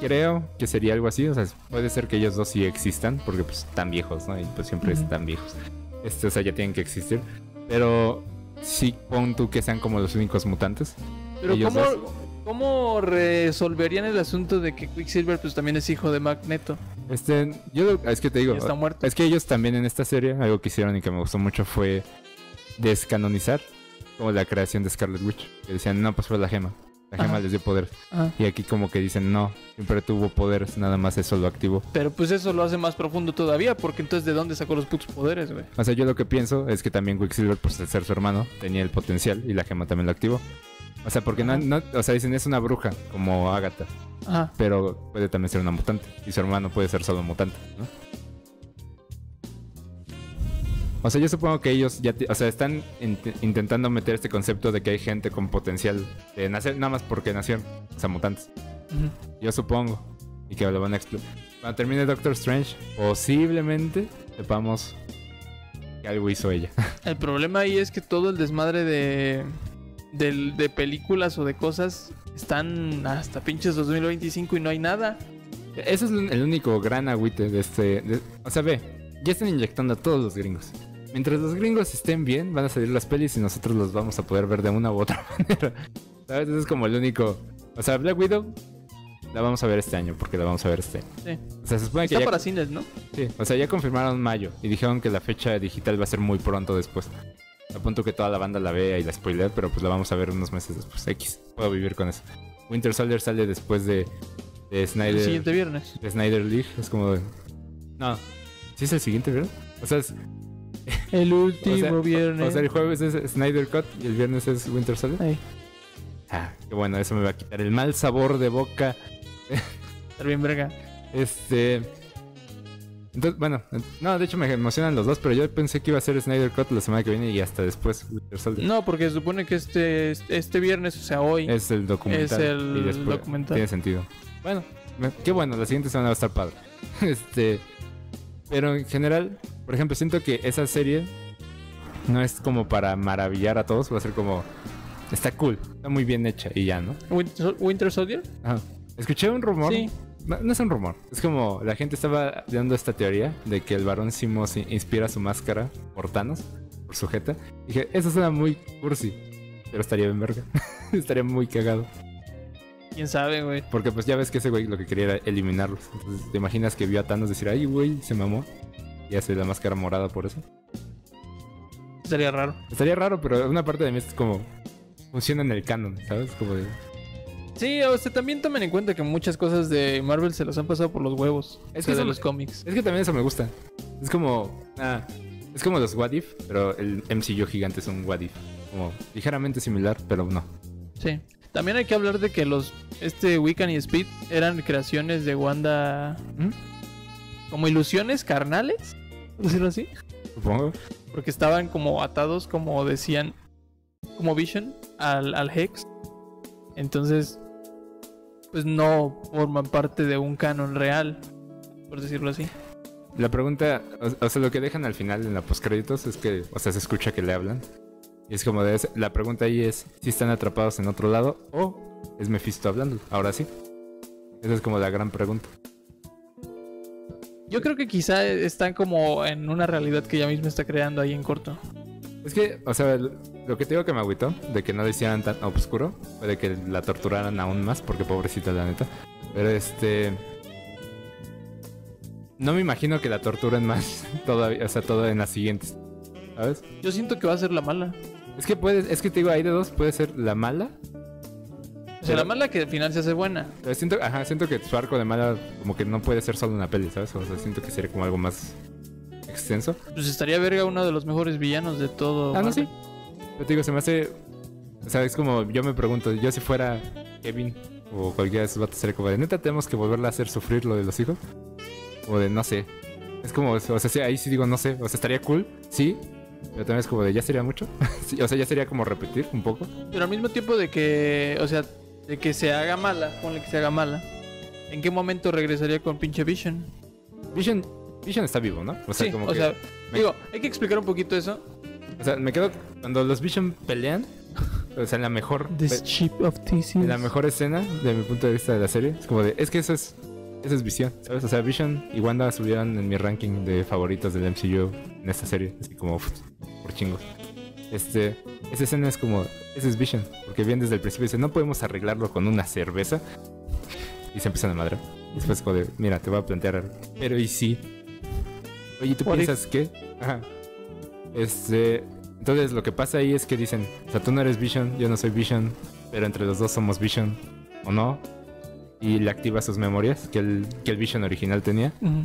[SPEAKER 2] creo que sería algo así. O sea, puede ser que ellos dos sí existan, porque pues están viejos, ¿no? Y pues siempre
[SPEAKER 1] Ujú.
[SPEAKER 2] están viejos. Este, o sea, ya tienen que existir. Pero sí, pon tú que sean como los únicos mutantes.
[SPEAKER 1] Pero
[SPEAKER 2] Ellos
[SPEAKER 1] ¿cómo,
[SPEAKER 2] dos.
[SPEAKER 1] ¿cómo resolverían el asunto de que Quicksilver pues también es hijo de Magneto?
[SPEAKER 2] Este, yo es que te digo, ah,
[SPEAKER 1] y está muerto.
[SPEAKER 2] Es que ellos también en esta serie, algo que hicieron y que me gustó mucho fue descanonizar como la creación de Scarlet Witch. Que decían, no, pues fue la gema. La gema
[SPEAKER 1] Ajá.
[SPEAKER 2] les dio poder.
[SPEAKER 1] Ajá.
[SPEAKER 2] Y aquí como que dicen, no, siempre tuvo poderes, nada más eso lo activo.
[SPEAKER 1] Pero pues eso lo hace más profundo todavía, porque entonces ¿de dónde sacó los putos poderes, güey?
[SPEAKER 2] O sea, yo lo que pienso es que también Quicksilver, por ser su hermano, tenía el potencial y la gema también lo activó. O sea, porque no,
[SPEAKER 1] Ajá.
[SPEAKER 2] no- o sea, dicen, es una bruja, como Agatha,
[SPEAKER 1] Ajá.
[SPEAKER 2] pero puede también ser una mutante. Y su hermano puede ser solo mutante, ¿no? O sea, yo supongo que ellos ya, ti- o sea, están int- intentando meter este concepto de que hay gente con potencial de nacer, nada más porque nacieron, o sea, mutantes.
[SPEAKER 1] Ujú.
[SPEAKER 2] Yo supongo. Y que lo van a explotar. Cuando termine Doctor Strange, posiblemente sepamos que algo hizo ella.
[SPEAKER 1] El problema ahí es que todo el desmadre de, del- de películas o de cosas están hasta pinches 2025 y no hay nada.
[SPEAKER 2] Ah, Ese es el único gran agüite de este. de- o sea, ve, ya están inyectando a todos los gringos. Mientras los gringos estén bien, van a salir las pelis y nosotros los vamos a poder ver de una u otra manera. ¿Sabes? Ese es como el único. O sea, Black Widow la vamos a ver este año, porque la vamos a ver este año.
[SPEAKER 1] Sí.
[SPEAKER 2] O sea, se supone que
[SPEAKER 1] Está
[SPEAKER 2] ya,
[SPEAKER 1] para cines, ¿no?
[SPEAKER 2] sí, o sea, ya confirmaron mayo y dijeron que la fecha digital va a ser muy pronto después. A punto que toda la banda la vea y la spoiler, pero pues la vamos a ver unos meses después. X, puedo vivir con eso. Winter Soldier sale después de, de Snyder
[SPEAKER 1] El siguiente viernes.
[SPEAKER 2] de Snyder League. Es como. de- No. ¿Sí es el siguiente, verdad? O sea, es-
[SPEAKER 1] El último
[SPEAKER 2] o sea,
[SPEAKER 1] viernes.
[SPEAKER 2] o sea, el jueves es Snyder Cut y el viernes es Winter Soldier.
[SPEAKER 1] Ay,
[SPEAKER 2] Ah, qué bueno, eso me va a quitar el mal sabor de boca.
[SPEAKER 1] está bien verga.
[SPEAKER 2] Este. Entonces, bueno, no, de hecho me emocionan los dos, pero yo pensé que iba a ser Snyder Cut la semana que viene y hasta después Winter Soldier.
[SPEAKER 1] No, porque se supone que este, este viernes, o sea, hoy,
[SPEAKER 2] Es el documental.
[SPEAKER 1] Es el
[SPEAKER 2] y después-
[SPEAKER 1] documental.
[SPEAKER 2] Tiene sentido. Bueno, me- qué bueno, la siguiente semana va a estar padre. Este. Pero en general, por ejemplo, siento que esa serie no es como para maravillar a todos, va a ser como. Está cool, está muy bien hecha y ya, ¿no?
[SPEAKER 1] Winter, Sol- Winter Soldier.
[SPEAKER 2] Ajá. Escuché un rumor.
[SPEAKER 1] Sí.
[SPEAKER 2] No no es un rumor, es como la gente estaba dando esta teoría de que el varón Simo se inspira su máscara por Thanos, por su jeta. Dije, eso suena muy cursi, pero estaría bien verga. estaría muy cagado.
[SPEAKER 1] Quién sabe, güey.
[SPEAKER 2] Porque pues ya ves que ese güey lo que quería era eliminarlos. Entonces, ¿te imaginas que vio a Thanos decir, ay, güey, se mamó? Y hace la máscara morada por eso.
[SPEAKER 1] Sería raro.
[SPEAKER 2] Estaría raro, pero una parte de mí es como... Funciona en el canon, ¿sabes? Como de...
[SPEAKER 1] Sí, o sea, también tomen en cuenta que muchas cosas de Marvel se las han pasado por los huevos.
[SPEAKER 2] Es
[SPEAKER 1] Es
[SPEAKER 2] que
[SPEAKER 1] que de
[SPEAKER 2] eso-
[SPEAKER 1] los cómics.
[SPEAKER 2] Es que también eso me gusta. Es como... ah, es como los What If, pero el MCU gigante es un What If. Como ligeramente similar, pero no.
[SPEAKER 1] Sí. También hay que hablar de que los este Wiccan y Speed eran creaciones de Wanda ¿Mm? como ilusiones carnales, por decirlo así,
[SPEAKER 2] Supongo.
[SPEAKER 1] porque estaban como atados, como decían, como Vision al, al Hex. Entonces, pues no forman parte de un canon real, por decirlo así.
[SPEAKER 2] La pregunta, o, o sea, lo que dejan al final en la postcréditos es que, o sea, se escucha que le hablan. Y es como de, es- la pregunta ahí es si están atrapados en otro lado o es Mephisto hablando. Ahora sí. Esa es como la gran pregunta.
[SPEAKER 1] Yo creo que quizá están como en una realidad que ella misma está creando ahí en corto.
[SPEAKER 2] Es que, o sea, lo lo que te digo que me agüitó de que no lo hicieran tan oscuro fue de que la torturaran aún más, porque pobrecita la neta. Pero este. No me imagino que la torturen más todavía, o sea, todo en las siguientes. ¿Sabes?
[SPEAKER 1] Yo siento que va a ser la mala.
[SPEAKER 2] Es que puedes, es que te digo, ahí de dos puede ser la mala.
[SPEAKER 1] O sea, la
[SPEAKER 2] Pero-
[SPEAKER 1] mala que al final se hace buena.
[SPEAKER 2] Pero Eh, siento, ajá, siento que su arco de mala como que no puede ser solo una peli, ¿sabes? O sea, siento que sería como algo más extenso.
[SPEAKER 1] Pues estaría verga uno de los mejores villanos de todo.
[SPEAKER 2] Ah, no,
[SPEAKER 1] Marvel.
[SPEAKER 2] sí. Yo te digo, se me hace. O sea, es como yo me pregunto, yo si fuera Kevin o cualquiera de esos vatos, sería como de neta, tenemos que volverla a hacer sufrir lo de los hijos. O de no sé. Es como, o sea, sí, ahí sí digo, no sé. O sea, estaría cool, sí. Pero también es como de ya sería mucho. Sí, o sea, ya sería como repetir un poco.
[SPEAKER 1] Pero al mismo tiempo de que, o sea, de que se haga mala, ponle que se haga mala. ¿En qué momento regresaría con pinche Vision?
[SPEAKER 2] Vision, Vision está vivo, ¿no? O sea,
[SPEAKER 1] sí,
[SPEAKER 2] como
[SPEAKER 1] o
[SPEAKER 2] que.
[SPEAKER 1] sea,
[SPEAKER 2] me-
[SPEAKER 1] digo, hay que explicar un poquito eso.
[SPEAKER 2] o sea, me quedo. Cuando los Vision pelean, o sea, en la mejor.
[SPEAKER 1] This ship of Theseus.
[SPEAKER 2] la mejor escena de mi punto de vista de la serie es como de es que eso es eso es visión sabes o sea Vision y Wanda subieron en mi ranking de favoritos del MCU en esta serie así como uf, por chingos este esa escena es como ese es Vision porque bien desde el principio dice no podemos arreglarlo con una cerveza y se empiezan a madre después como de mira te voy a plantear algo". pero y sí oye tú
[SPEAKER 1] What if?
[SPEAKER 2] piensas que ajá este entonces lo que pasa ahí es que dicen o sea tú no eres Vision yo no soy Vision pero entre los dos somos Vision o no. Y le activa sus memorias que el, que el Vision original tenía.
[SPEAKER 1] Ujú.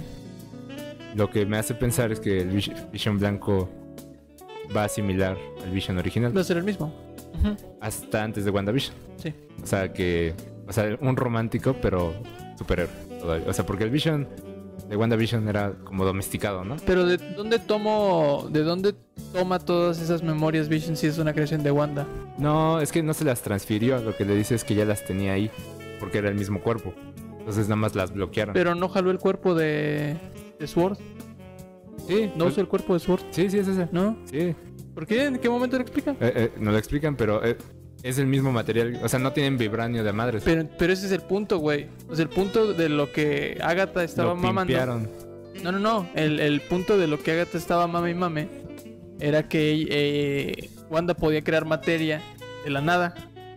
[SPEAKER 2] Lo que me hace pensar es que el Vis- Vision blanco va a asimilar al Vision original
[SPEAKER 1] Va a ser el mismo. Ujú.
[SPEAKER 2] hasta antes de WandaVision.
[SPEAKER 1] Sí.
[SPEAKER 2] O sea que. O sea, un romántico, pero superhéroe. todavía. O sea, porque el Vision de WandaVision era como domesticado, ¿no?
[SPEAKER 1] Pero de dónde tomo, de dónde toma todas esas memorias Vision si es una creación de Wanda.
[SPEAKER 2] No, es que no se las transfirió. Lo que le dice es que ya las tenía ahí porque era el mismo cuerpo. Entonces nada más las bloquearon.
[SPEAKER 1] Pero no jaló el cuerpo de, de Sword.
[SPEAKER 2] sí,
[SPEAKER 1] No
[SPEAKER 2] pues-
[SPEAKER 1] usó el cuerpo de Sword,
[SPEAKER 2] sí, sí, es esa.
[SPEAKER 1] ¿no?
[SPEAKER 2] Sí,
[SPEAKER 1] ¿Por qué? ¿En qué momento lo explican?
[SPEAKER 2] Eh, eh, no lo explican, pero eh, es el mismo material. O sea, no tienen vibranio de madres.
[SPEAKER 1] Pero, pero ese es el punto, güey. O sea, el punto de lo que Agatha estaba
[SPEAKER 2] lo
[SPEAKER 1] mamando.
[SPEAKER 2] pimpearon.
[SPEAKER 1] No, no, no. El, el punto de lo que Agatha estaba mame y mame era que eh, Wanda podía crear materia de la nada.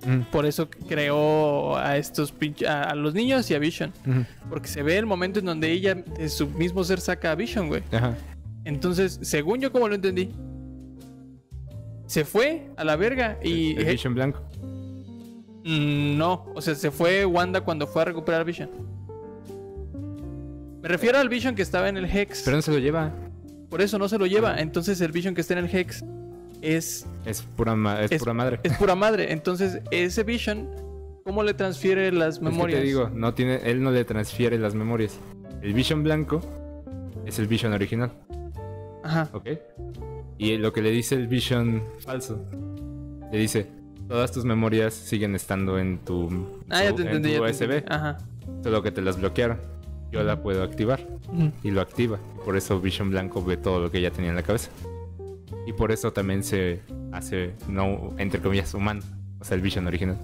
[SPEAKER 2] Mm,
[SPEAKER 1] Por eso creó a estos pinch- a, a los niños y a Vision.
[SPEAKER 2] mm,
[SPEAKER 1] Porque se ve el momento en donde ella, de su mismo ser, saca a Vision, güey.
[SPEAKER 2] ajá.
[SPEAKER 1] Entonces, según yo como lo entendí, se fue a la verga y... eh,
[SPEAKER 2] El- el Vision blanco.
[SPEAKER 1] Mm, No, o sea, se fue Wanda cuando fue a recuperar Vision. Me refiero al Vision que estaba en el Hex.
[SPEAKER 2] Pero no se lo lleva.
[SPEAKER 1] Por eso no se lo lleva. Entonces el Vision que está en el Hex es,
[SPEAKER 2] Es pura, ma- es
[SPEAKER 1] Es-
[SPEAKER 2] pura madre.
[SPEAKER 1] es pura madre. Entonces ese Vision, ¿cómo le transfiere las
[SPEAKER 2] Es que
[SPEAKER 1] memorias?
[SPEAKER 2] te digo, no tiene, él no le transfiere las memorias. El Vision blanco es el Vision original,
[SPEAKER 1] Ajá.
[SPEAKER 2] ¿ok? Y lo que le dice el Vision falso, le dice, todas tus memorias siguen estando en tu,
[SPEAKER 1] Ah, ya te
[SPEAKER 2] en
[SPEAKER 1] entendí. Ah.
[SPEAKER 2] tu
[SPEAKER 1] ya te
[SPEAKER 2] USB,
[SPEAKER 1] entendí. Ajá.
[SPEAKER 2] solo que te las bloquearon. Yo la puedo activar.
[SPEAKER 1] Ujú.
[SPEAKER 2] y lo activa. Por eso Vision Blanco ve todo lo que ella tenía en la cabeza. Y por eso también se hace, no, entre comillas, humano. O sea, el Vision original.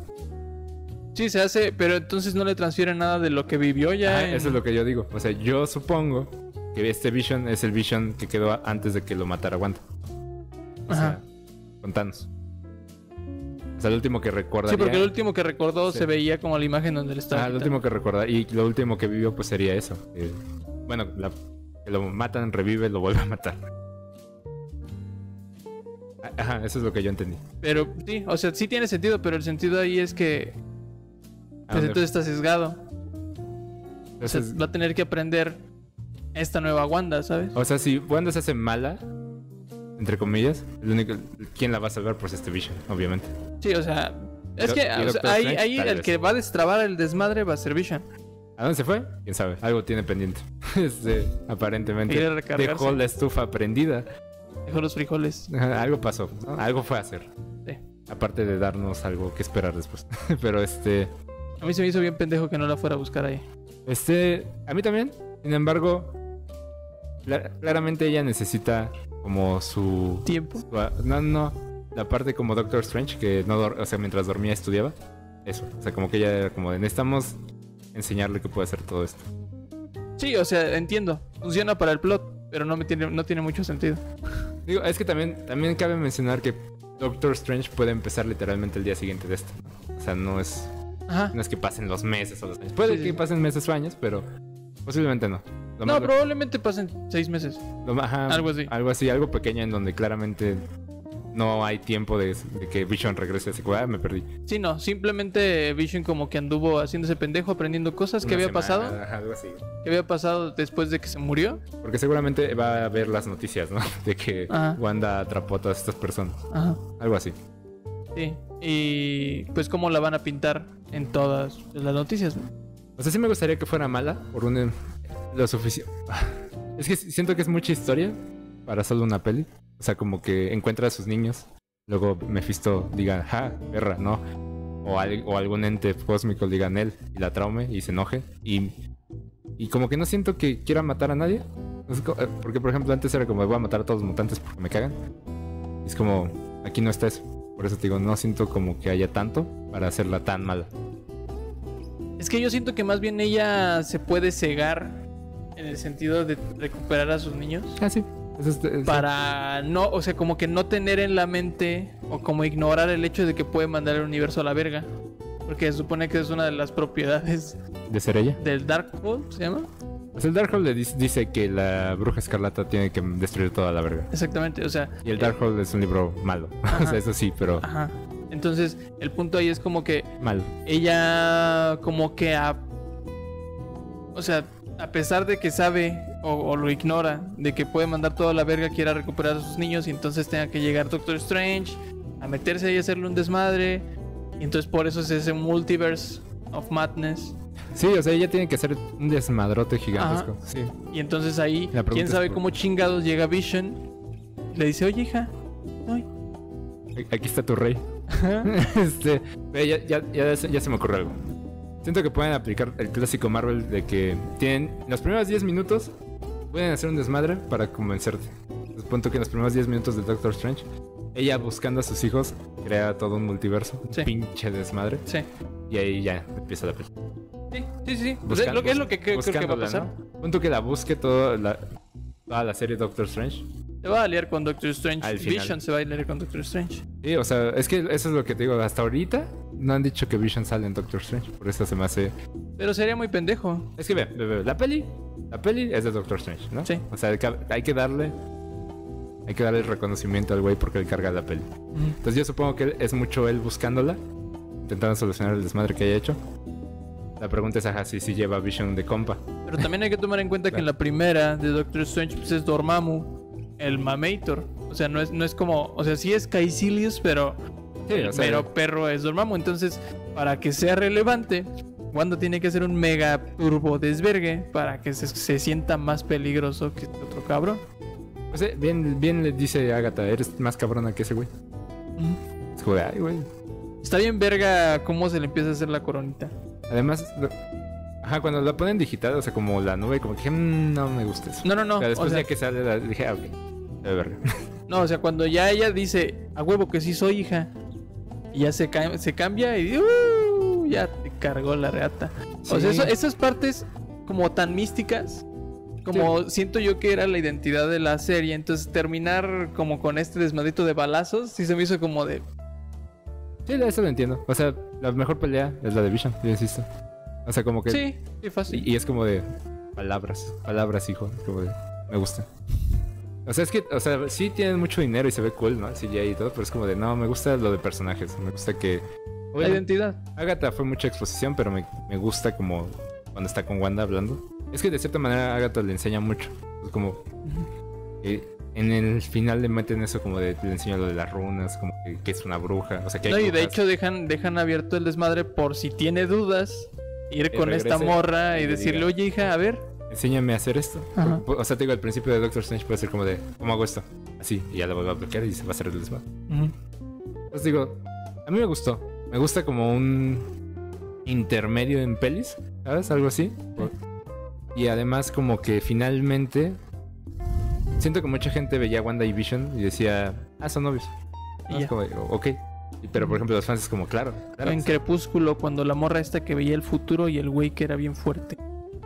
[SPEAKER 1] Sí, se hace, pero entonces no le transfiere nada de lo que vivió ya.
[SPEAKER 2] Ajá,
[SPEAKER 1] en-
[SPEAKER 2] Eso es lo que yo digo. O sea, yo supongo que este Vision es el Vision que quedó a- antes de que lo matara Wanda. O sea,
[SPEAKER 1] Ajá.
[SPEAKER 2] con Thanos. O sea, el último que
[SPEAKER 1] Sí,
[SPEAKER 2] recordaría.
[SPEAKER 1] porque el último que recordó
[SPEAKER 2] Sí.
[SPEAKER 1] se veía como la imagen donde le estaba.
[SPEAKER 2] Ah, el
[SPEAKER 1] quitando.
[SPEAKER 2] último que recordar y lo último que vivió pues sería eso. que- bueno, la- que lo matan, revive, lo vuelve a matar. A- Ajá, eso es lo que yo entendí.
[SPEAKER 1] Pero sí, o sea, sí tiene sentido, pero el sentido ahí es que
[SPEAKER 2] Ah,
[SPEAKER 1] pues,
[SPEAKER 2] bueno,
[SPEAKER 1] entonces está sesgado. O sea,
[SPEAKER 2] entonces-
[SPEAKER 1] va a tener que aprender esta nueva Wanda, ¿sabes?
[SPEAKER 2] o sea, si Wanda se hace mala, entre comillas, el único, quien la va a salvar pues este Vision, obviamente.
[SPEAKER 1] Sí, o sea, es
[SPEAKER 2] Do-
[SPEAKER 1] que
[SPEAKER 2] y
[SPEAKER 1] o sea,
[SPEAKER 2] Doctor
[SPEAKER 1] ahí,
[SPEAKER 2] Strange,
[SPEAKER 1] ahí
[SPEAKER 2] tal
[SPEAKER 1] el
[SPEAKER 2] vez.
[SPEAKER 1] que va a destrabar el desmadre va a ser Vision.
[SPEAKER 2] ¿A dónde se fue? ¿Quién sabe? Algo tiene pendiente. Este, aparentemente
[SPEAKER 1] Quiere recargarse.
[SPEAKER 2] dejó la estufa prendida.
[SPEAKER 1] Dejó los frijoles.
[SPEAKER 2] Ajá, Algo pasó, ¿no? algo fue a hacer.
[SPEAKER 1] Sí.
[SPEAKER 2] Aparte de darnos algo que esperar después. Pero este.
[SPEAKER 1] A mí se me hizo bien pendejo que no la fuera a buscar ahí.
[SPEAKER 2] Este, a mí también. Sin embargo, cla- claramente ella necesita como su,
[SPEAKER 1] Tiempo.
[SPEAKER 2] su a- no no la parte como Doctor Strange que no, dor- o sea, mientras dormía estudiaba. Eso, o sea, como que ella era como de, necesitamos enseñarle que puede hacer todo esto.
[SPEAKER 1] Sí, o sea, entiendo. Funciona para el plot, pero no me tiene, no tiene mucho sentido.
[SPEAKER 2] Digo, es que también también cabe mencionar que Doctor Strange puede empezar literalmente el día siguiente de esto. ¿no? O sea, no es
[SPEAKER 1] Ajá.
[SPEAKER 2] no es que pasen los meses o los años. Puede
[SPEAKER 1] Sí,
[SPEAKER 2] que
[SPEAKER 1] sí.
[SPEAKER 2] pasen meses o años, pero posiblemente no. Lo
[SPEAKER 1] No,
[SPEAKER 2] más-
[SPEAKER 1] probablemente pasen seis meses.
[SPEAKER 2] Lo ma- ajá,
[SPEAKER 1] Algo así.
[SPEAKER 2] Algo así, algo pequeño en donde claramente no hay tiempo de, de que Vision regrese. Así como, "Ah, me perdí.
[SPEAKER 1] Sí, no, simplemente Vision como que anduvo haciéndose pendejo, aprendiendo cosas que
[SPEAKER 2] Una
[SPEAKER 1] había
[SPEAKER 2] semana,
[SPEAKER 1] pasado,
[SPEAKER 2] ajá, algo así.
[SPEAKER 1] que había pasado después de que se murió.
[SPEAKER 2] Porque seguramente va a ver las noticias, ¿no? De que
[SPEAKER 1] Ajá.
[SPEAKER 2] Wanda atrapó a todas estas personas.
[SPEAKER 1] Ajá.
[SPEAKER 2] Algo así.
[SPEAKER 1] Sí. Y pues cómo la van a pintar en todas las noticias. ¿no?
[SPEAKER 2] O sea, sí me gustaría que fuera mala por un... eh, Lo suficiente. Es que siento que es mucha historia para solo una peli. O sea, como que encuentra a sus niños. Luego Mephisto diga, ja, perra, no. O, al- o algún ente cósmico le diga él y la traume y se enoje. Y, y como que no siento que quiera matar a nadie. No sé co- eh, Porque, por ejemplo, antes era como, voy a matar a todos los mutantes porque me cagan. Y es como, aquí no está eso. Por eso te digo, no siento como que haya tanto para hacerla tan mala.
[SPEAKER 1] Es que yo siento que más bien ella se puede cegar en el sentido de recuperar a sus niños.
[SPEAKER 2] Ah, sí. Eso es- es-
[SPEAKER 1] Para no, o sea, como que no tener en la mente o como ignorar el hecho de que puede mandar el universo a la verga. Porque se supone que es una de las propiedades
[SPEAKER 2] de ser ella.
[SPEAKER 1] del Darkhold, ¿se llama?
[SPEAKER 2] Pues el Darkhold le dis- dice que la bruja escarlata tiene que destruir toda la verga.
[SPEAKER 1] Exactamente, o sea.
[SPEAKER 2] Y el Darkhold es un libro malo. o
[SPEAKER 1] Eh. Ajá.
[SPEAKER 2] sea, eso sí, pero
[SPEAKER 1] Ajá. Entonces, el punto ahí es como que
[SPEAKER 2] malo.
[SPEAKER 1] ella como que a, o sea, a pesar de que sabe o, o lo ignora de que puede mandar toda la verga, quiera recuperar a sus niños y entonces tenga que llegar Doctor Strange a meterse ahí y hacerle un desmadre. Y entonces por eso es ese multiverse of madness.
[SPEAKER 2] Sí, o sea, ella tiene que hacer un desmadrote gigantesco. Sí.
[SPEAKER 1] Y entonces ahí,
[SPEAKER 2] La pregunta
[SPEAKER 1] quién
[SPEAKER 2] es
[SPEAKER 1] sabe
[SPEAKER 2] por-
[SPEAKER 1] cómo chingados llega Vision. y Le dice, oye hija, soy.
[SPEAKER 2] A- Aquí está tu rey. este, ve, ya, ya, ya se- ya se me ocurrió algo. Siento que pueden aplicar el clásico Marvel de que tienen los primeros 10 minutos pueden hacer un desmadre para convencerte. Les punto que en los primeros 10 minutos de Doctor Strange, ella buscando a sus hijos crea todo un multiverso, un
[SPEAKER 1] Sí.
[SPEAKER 2] pinche desmadre
[SPEAKER 1] Sí.
[SPEAKER 2] y ahí ya empieza la película.
[SPEAKER 1] Sí, sí, sí. Pues
[SPEAKER 2] Buscan-
[SPEAKER 1] es lo que, es lo que creo, creo que va a
[SPEAKER 2] buscándola,
[SPEAKER 1] pasar.
[SPEAKER 2] ¿no? Punto que la busque toda la, toda la serie Doctor Strange.
[SPEAKER 1] Se va a liar con Doctor Strange.
[SPEAKER 2] Al final.
[SPEAKER 1] Vision se va a liar con Doctor Strange.
[SPEAKER 2] Sí, o sea, es que eso es lo que te digo. Hasta ahorita no han dicho que Vision sale en Doctor Strange. Por eso se me hace.
[SPEAKER 1] Pero sería muy pendejo.
[SPEAKER 2] Es que ve, ve, ve, la peli. La peli es de Doctor Strange, ¿no?
[SPEAKER 1] Sí.
[SPEAKER 2] O sea, hay que- hay que darle. Hay que darle el reconocimiento al güey porque él carga la peli. Entonces yo supongo que es mucho él buscándola, intentando solucionar el desmadre que haya hecho. La pregunta es, ajá, si sí, lleva Vision de compa.
[SPEAKER 1] Pero también hay que tomar en cuenta que en la primera de Doctor Strange pues, es Dormammu, el Mamator. O sea, no es, no es como. O sea, sí es Caecilius, pero
[SPEAKER 2] Sí, o sea,
[SPEAKER 1] pero perro es Dormammu. Entonces, para que sea relevante, Wanda tiene que hacer un mega turbo desvergue para que se, se sienta más peligroso que este otro cabrón.
[SPEAKER 2] o sea, bien, bien le dice Agatha, eres más cabrona que ese güey. Es como de, ay, güey.
[SPEAKER 1] Está bien, verga, cómo se le empieza a hacer la coronita.
[SPEAKER 2] Además, lo- ajá, cuando la ponen digital, o sea, como la nube, como que dije, "Mm, no me gusta eso.
[SPEAKER 1] No, no, no.
[SPEAKER 2] o sea, después
[SPEAKER 1] o sea,
[SPEAKER 2] ya que sale, la, dije, ah, ok. De verga.
[SPEAKER 1] No, o sea, cuando ya ella dice, a huevo que sí soy hija, y ya se, ca- se cambia y "Uh", ya te cargó la reata. O
[SPEAKER 2] Sí.
[SPEAKER 1] sea, eso- esas partes como tan místicas, como siento yo que era la identidad de la serie, entonces terminar como con este desmadrito de balazos, sí se me hizo como de...
[SPEAKER 2] Sí, eso lo entiendo. O sea, la mejor pelea es la de Vision, yo insisto. O sea, como que.
[SPEAKER 1] Sí, sí, fácil.
[SPEAKER 2] Y, y es como de palabras, palabras, hijo. Como de, me gusta. O sea, es que, o sea, sí tienen mucho dinero y se ve cool, ¿no? El CGI y todo, pero es como de, no, me gusta lo de personajes. Me gusta que.
[SPEAKER 1] la identidad.
[SPEAKER 2] Agatha fue mucha exposición, pero me, me gusta como cuando está con Wanda hablando. Es que de cierta manera Agatha le enseña mucho. Es como eh, en el final le meten eso como de le enseña lo de las runas, como que, que es una bruja. O sea que hay
[SPEAKER 1] No, y de
[SPEAKER 2] brujas.
[SPEAKER 1] hecho dejan, dejan abierto el desmadre por si tiene dudas, ir
[SPEAKER 2] Que
[SPEAKER 1] con esta
[SPEAKER 2] regrese
[SPEAKER 1] morra
[SPEAKER 2] y
[SPEAKER 1] y
[SPEAKER 2] le
[SPEAKER 1] decirle,
[SPEAKER 2] diga.
[SPEAKER 1] oye hija, a ver.
[SPEAKER 2] enséñame a hacer esto.
[SPEAKER 1] Ajá.
[SPEAKER 2] O sea, te digo, al principio de Doctor Strange puede ser como de ¿cómo hago esto? Así, y ya la vuelvo a bloquear y se va a hacer el desmadre.
[SPEAKER 1] Ujú.
[SPEAKER 2] Pues Entonces digo, a mí me gustó. Me gusta como un intermedio en pelis, ¿sabes? Algo así. Y además como que finalmente... Siento que mucha gente veía Wanda y Vision y decía, ah, son novios.
[SPEAKER 1] Y
[SPEAKER 2] ¿no? Es
[SPEAKER 1] ya.
[SPEAKER 2] como, ok. Y- Pero por ejemplo los fans es como, claro. claro
[SPEAKER 1] en Crepúsculo, cuando la morra esta que veía el futuro y el güey que era bien fuerte,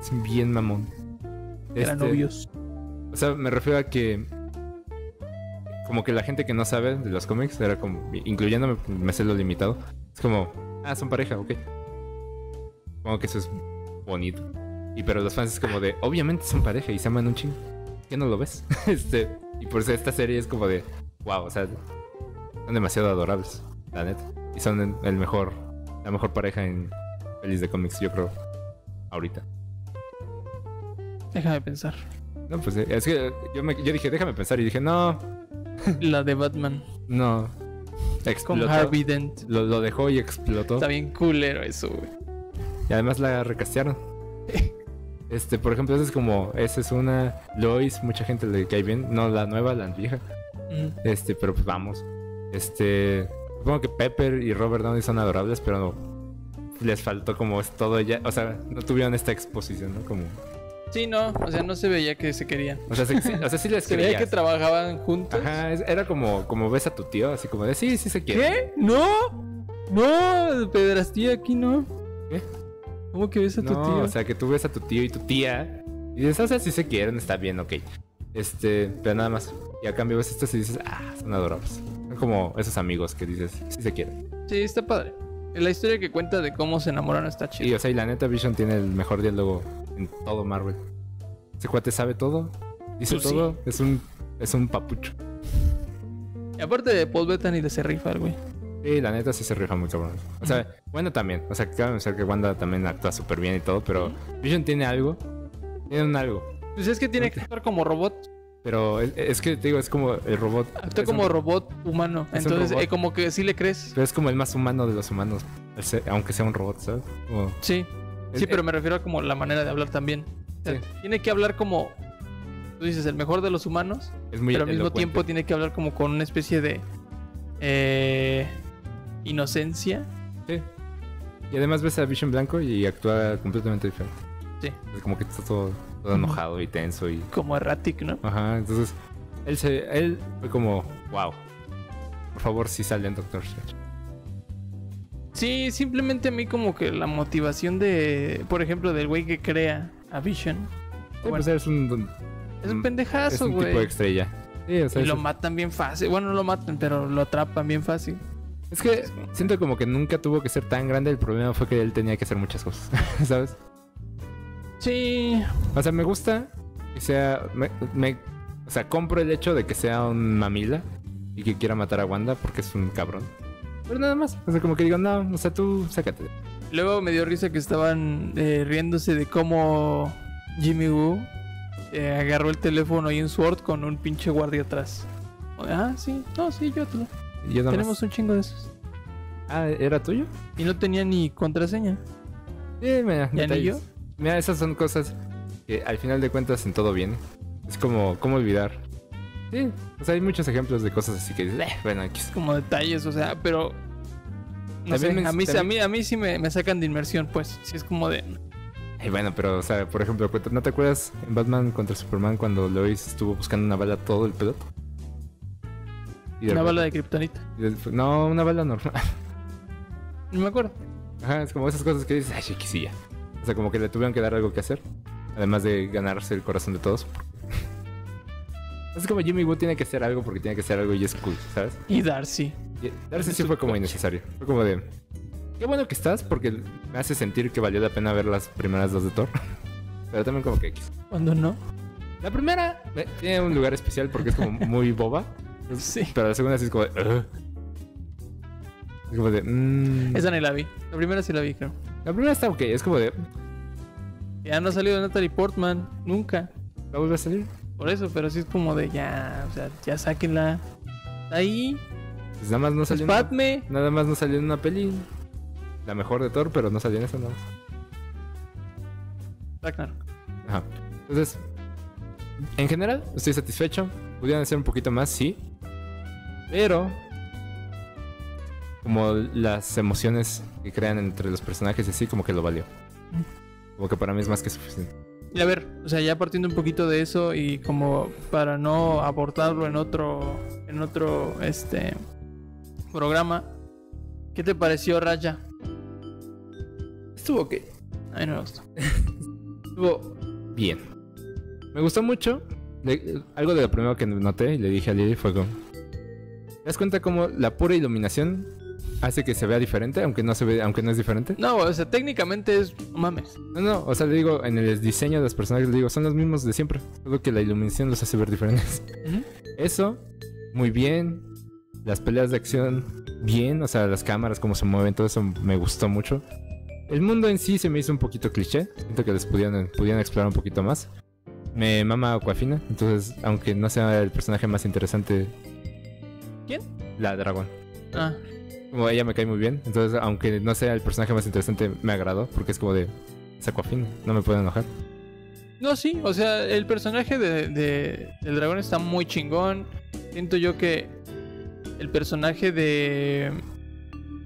[SPEAKER 2] es bien mamón.
[SPEAKER 1] eran
[SPEAKER 2] Este,
[SPEAKER 1] novios.
[SPEAKER 2] O sea, me refiero a que. Como que la gente que no sabe de los cómics era como. Incluyéndome, me sé lo limitado. Es como. Ah, son pareja, ok. Como que eso es bonito. Y pero los fans es como de. Obviamente son pareja y se aman un chingo. ¿Qué no lo ves? este. Y por eso esta serie es como de. Wow, o sea. Son demasiado adorables, la neta. Y son el mejor. La mejor pareja en pelis de cómics, yo creo. Ahorita.
[SPEAKER 1] Déjame pensar.
[SPEAKER 2] No, pues eh, es que yo, me, yo dije, déjame pensar. Y dije, no,
[SPEAKER 1] La de Batman
[SPEAKER 2] No.
[SPEAKER 1] con
[SPEAKER 2] Explotó.
[SPEAKER 1] Harvey Dent.
[SPEAKER 2] Lo, lo dejó y explotó.
[SPEAKER 1] Está bien culero eso, güey.
[SPEAKER 2] Y además la recastearon. Este, por ejemplo, esa es como, esa es una Lois, mucha gente le cae bien, no la nueva, la vieja.
[SPEAKER 1] Mm.
[SPEAKER 2] Este, pero pues vamos. Este, supongo que Pepper y Robert Downey son adorables, pero no les faltó como es todo ya, o sea, no tuvieron esta exposición, ¿no? Como,
[SPEAKER 1] Sí, no, o sea, no se veía que se querían.
[SPEAKER 2] o sea, sí, sí- o sea, sí les
[SPEAKER 1] Se veía
[SPEAKER 2] creías.
[SPEAKER 1] que trabajaban juntos.
[SPEAKER 2] Ajá, es- era como como ves a tu tío, así como de sí, sí se quiere.
[SPEAKER 1] ¿Qué? ¡No! ¡No! Pedrastía aquí no.
[SPEAKER 2] ¿Qué?
[SPEAKER 1] ¿Cómo que ves a tu
[SPEAKER 2] no,
[SPEAKER 1] tío?
[SPEAKER 2] O sea, que tú ves a tu tío y tu tía y dices, "Ah, o sea, si se quieren, está bien, ok. Este, pero nada más. Y a cambio ves estos y dices, ah, son adorables. Son como esos amigos que dices, si se quieren.
[SPEAKER 1] Sí, está padre. La historia que cuenta de cómo se enamoraron está chida.
[SPEAKER 2] Y o sea, y la neta, Vision tiene el mejor diálogo en todo Marvel. Ese cuate sabe todo, dice
[SPEAKER 1] Pues sí.
[SPEAKER 2] todo, es un es un papucho.
[SPEAKER 1] Y aparte de Paul Bettany de se rifa el güey.
[SPEAKER 2] Sí, la neta sí se rifa muy cabrón. O sea, Wanda también. O sea, cabe mencionar que Wanda también actúa súper bien y todo, pero Vision tiene algo. Tiene un algo.
[SPEAKER 1] Pues es que tiene que actuar como robot.
[SPEAKER 2] Pero es, es que te digo, es como el robot.
[SPEAKER 1] Actúa
[SPEAKER 2] es un-
[SPEAKER 1] como robot humano.
[SPEAKER 2] es un
[SPEAKER 1] Entonces,
[SPEAKER 2] robot.
[SPEAKER 1] eh, como que sí le crees.
[SPEAKER 2] Pero es como el más humano de los humanos, al ser- aunque sea un robot, ¿sabes? Como-
[SPEAKER 1] Sí. Sí,
[SPEAKER 2] Eh,
[SPEAKER 1] pero
[SPEAKER 2] eh,
[SPEAKER 1] me refiero a como la manera de hablar también. O sea,
[SPEAKER 2] Sí.
[SPEAKER 1] Tiene que hablar como, tú dices, el mejor de los humanos,
[SPEAKER 2] es muy
[SPEAKER 1] pero al mismo
[SPEAKER 2] elocuente.
[SPEAKER 1] tiempo tiene que hablar como con una especie de eh, inocencia.
[SPEAKER 2] Sí. Y además ves a Vision Blanco y actúa completamente diferente.
[SPEAKER 1] Sí.
[SPEAKER 2] Es como que está todo, todo enojado y tenso y...
[SPEAKER 1] Como erratic, ¿no?
[SPEAKER 2] Ajá, entonces... Él, se, él fue como, wow. Por favor, sí sale en Doctor Strange.
[SPEAKER 1] Sí, simplemente a mí como que la motivación de, por ejemplo, del güey que crea a Vision.
[SPEAKER 2] Sí,
[SPEAKER 1] Bueno,
[SPEAKER 2] pues es un,
[SPEAKER 1] es un
[SPEAKER 2] mm, es
[SPEAKER 1] pendejazo,
[SPEAKER 2] un tipo de
[SPEAKER 1] güey.
[SPEAKER 2] estrella. Sí, o sea,
[SPEAKER 1] Y lo
[SPEAKER 2] es-
[SPEAKER 1] matan bien fácil. Bueno, no lo matan, pero lo atrapan bien fácil.
[SPEAKER 2] es que siento como que nunca tuvo que ser tan grande. El problema fue que él tenía que hacer muchas cosas, ¿sabes?
[SPEAKER 1] Sí,
[SPEAKER 2] O sea, me gusta que sea. me- me- o sea, compro el hecho de que sea un mamila y que quiera matar a Wanda porque es un cabrón. Pero nada más. O sea, como que digo, no, o sea, tú sácate.
[SPEAKER 1] Luego me dio risa que estaban eh, riéndose de cómo Jimmy Woo eh, agarró el teléfono y un sword con un pinche guardia atrás. Ah, sí, no, sí, yo te lo-
[SPEAKER 2] Y yo nada
[SPEAKER 1] Tenemos un chingo de esos.
[SPEAKER 2] más. Ah, ¿era tuyo?
[SPEAKER 1] Y no tenía ni contraseña.
[SPEAKER 2] Sí, mira.
[SPEAKER 1] ¿Y
[SPEAKER 2] detalles.
[SPEAKER 1] anillo?
[SPEAKER 2] Mira, esas son cosas que al final de cuentas en todo viene. Es como, ¿cómo olvidar? Sí, o sea, hay muchos ejemplos de cosas así que dices, "Eh, bueno, aquí es-
[SPEAKER 1] Como detalles, o sea, pero. No sé,
[SPEAKER 2] También me-
[SPEAKER 1] a, mí, sí- a,
[SPEAKER 2] también-
[SPEAKER 1] mí, a mí sí me, me sacan de inmersión, pues. Sí, es como de.
[SPEAKER 2] Ay, bueno, pero, o sea, por ejemplo, cuenta- ¿no te acuerdas en Batman contra Superman cuando Lois estuvo buscando una bala todo el peloto? Y de
[SPEAKER 1] Una
[SPEAKER 2] repente-
[SPEAKER 1] bala de kriptonita.
[SPEAKER 2] Y después- No, una bala normal.
[SPEAKER 1] No me acuerdo.
[SPEAKER 2] Ajá, es como esas cosas que dices, ay, sí, que sí, ya. O sea, como que le tuvieron que dar algo que hacer. Además de ganarse el corazón de todos. Es como Jimmy Woo tiene que hacer algo porque tiene que hacer algo y es cool, ¿sabes?
[SPEAKER 1] Y Darcy.
[SPEAKER 2] Y darse sí fue como innecesario. Fue como de, qué bueno que estás porque me hace sentir que valió la pena ver las primeras dos de Thor. Pero también como que X.
[SPEAKER 1] Cuando no.
[SPEAKER 2] La primera eh, tiene un lugar especial porque es como muy boba.
[SPEAKER 1] Sí.
[SPEAKER 2] Pero la segunda sí es como de, "Ugh". Es como de, "Mm".
[SPEAKER 1] Esa ni la vi. La primera sí la vi, creo.
[SPEAKER 2] La primera está ok, es como de,
[SPEAKER 1] Ya no ha salido Natalie Portman. Nunca.
[SPEAKER 2] ¿La vuelve a salir?
[SPEAKER 1] Por eso, pero sí es como de ya, o sea, ya sáquenla. Ahí,
[SPEAKER 2] Pues nada más no salió. en-
[SPEAKER 1] Padme.
[SPEAKER 2] Nada más no salió en una peli. La mejor de Thor, pero no salió en esa nada más.
[SPEAKER 1] Ragnarok.
[SPEAKER 2] Ajá. Entonces, en general, estoy satisfecho. Pudieron hacer un poquito más, sí. Pero como las emociones que crean entre los personajes y así, como que lo valió. Como que para mí es más que suficiente.
[SPEAKER 1] Y a ver, o sea, ya partiendo un poquito de eso y como para no abordarlo en otro, en otro, este, programa, ¿qué te pareció Raya?
[SPEAKER 2] Estuvo ok.
[SPEAKER 1] A mí no me gustó. Estuvo-
[SPEAKER 2] Bien. Me gustó mucho. Le- algo de lo primero que noté y le dije a Lily fue como... ¿Te das cuenta cómo la pura iluminación hace que se vea diferente, aunque no se ve, aunque no es diferente?
[SPEAKER 1] No, o sea, técnicamente es, no mames.
[SPEAKER 2] No, no, o sea, le digo, en el diseño de los personajes, le digo, son los mismos de siempre, solo que la iluminación los hace ver diferentes.
[SPEAKER 1] Ujú.
[SPEAKER 2] Eso, muy bien. Las peleas de acción, bien. O sea, las cámaras, cómo se mueven, todo eso me gustó mucho. El mundo en sí se me hizo un poquito cliché. Siento que les pudieran, pudieran explorar un poquito más. Me mama Aquafina, entonces, aunque no sea el personaje más interesante.
[SPEAKER 1] ¿Quién?
[SPEAKER 2] La dragón.
[SPEAKER 1] Ah,
[SPEAKER 2] Como ella me cae muy bien, entonces, aunque no sea el personaje más interesante, me agradó, porque es como de. Es Aquafina, no me puedo enojar.
[SPEAKER 1] No, sí, o sea, el personaje de, de- del dragón está muy chingón. Siento yo que el personaje de.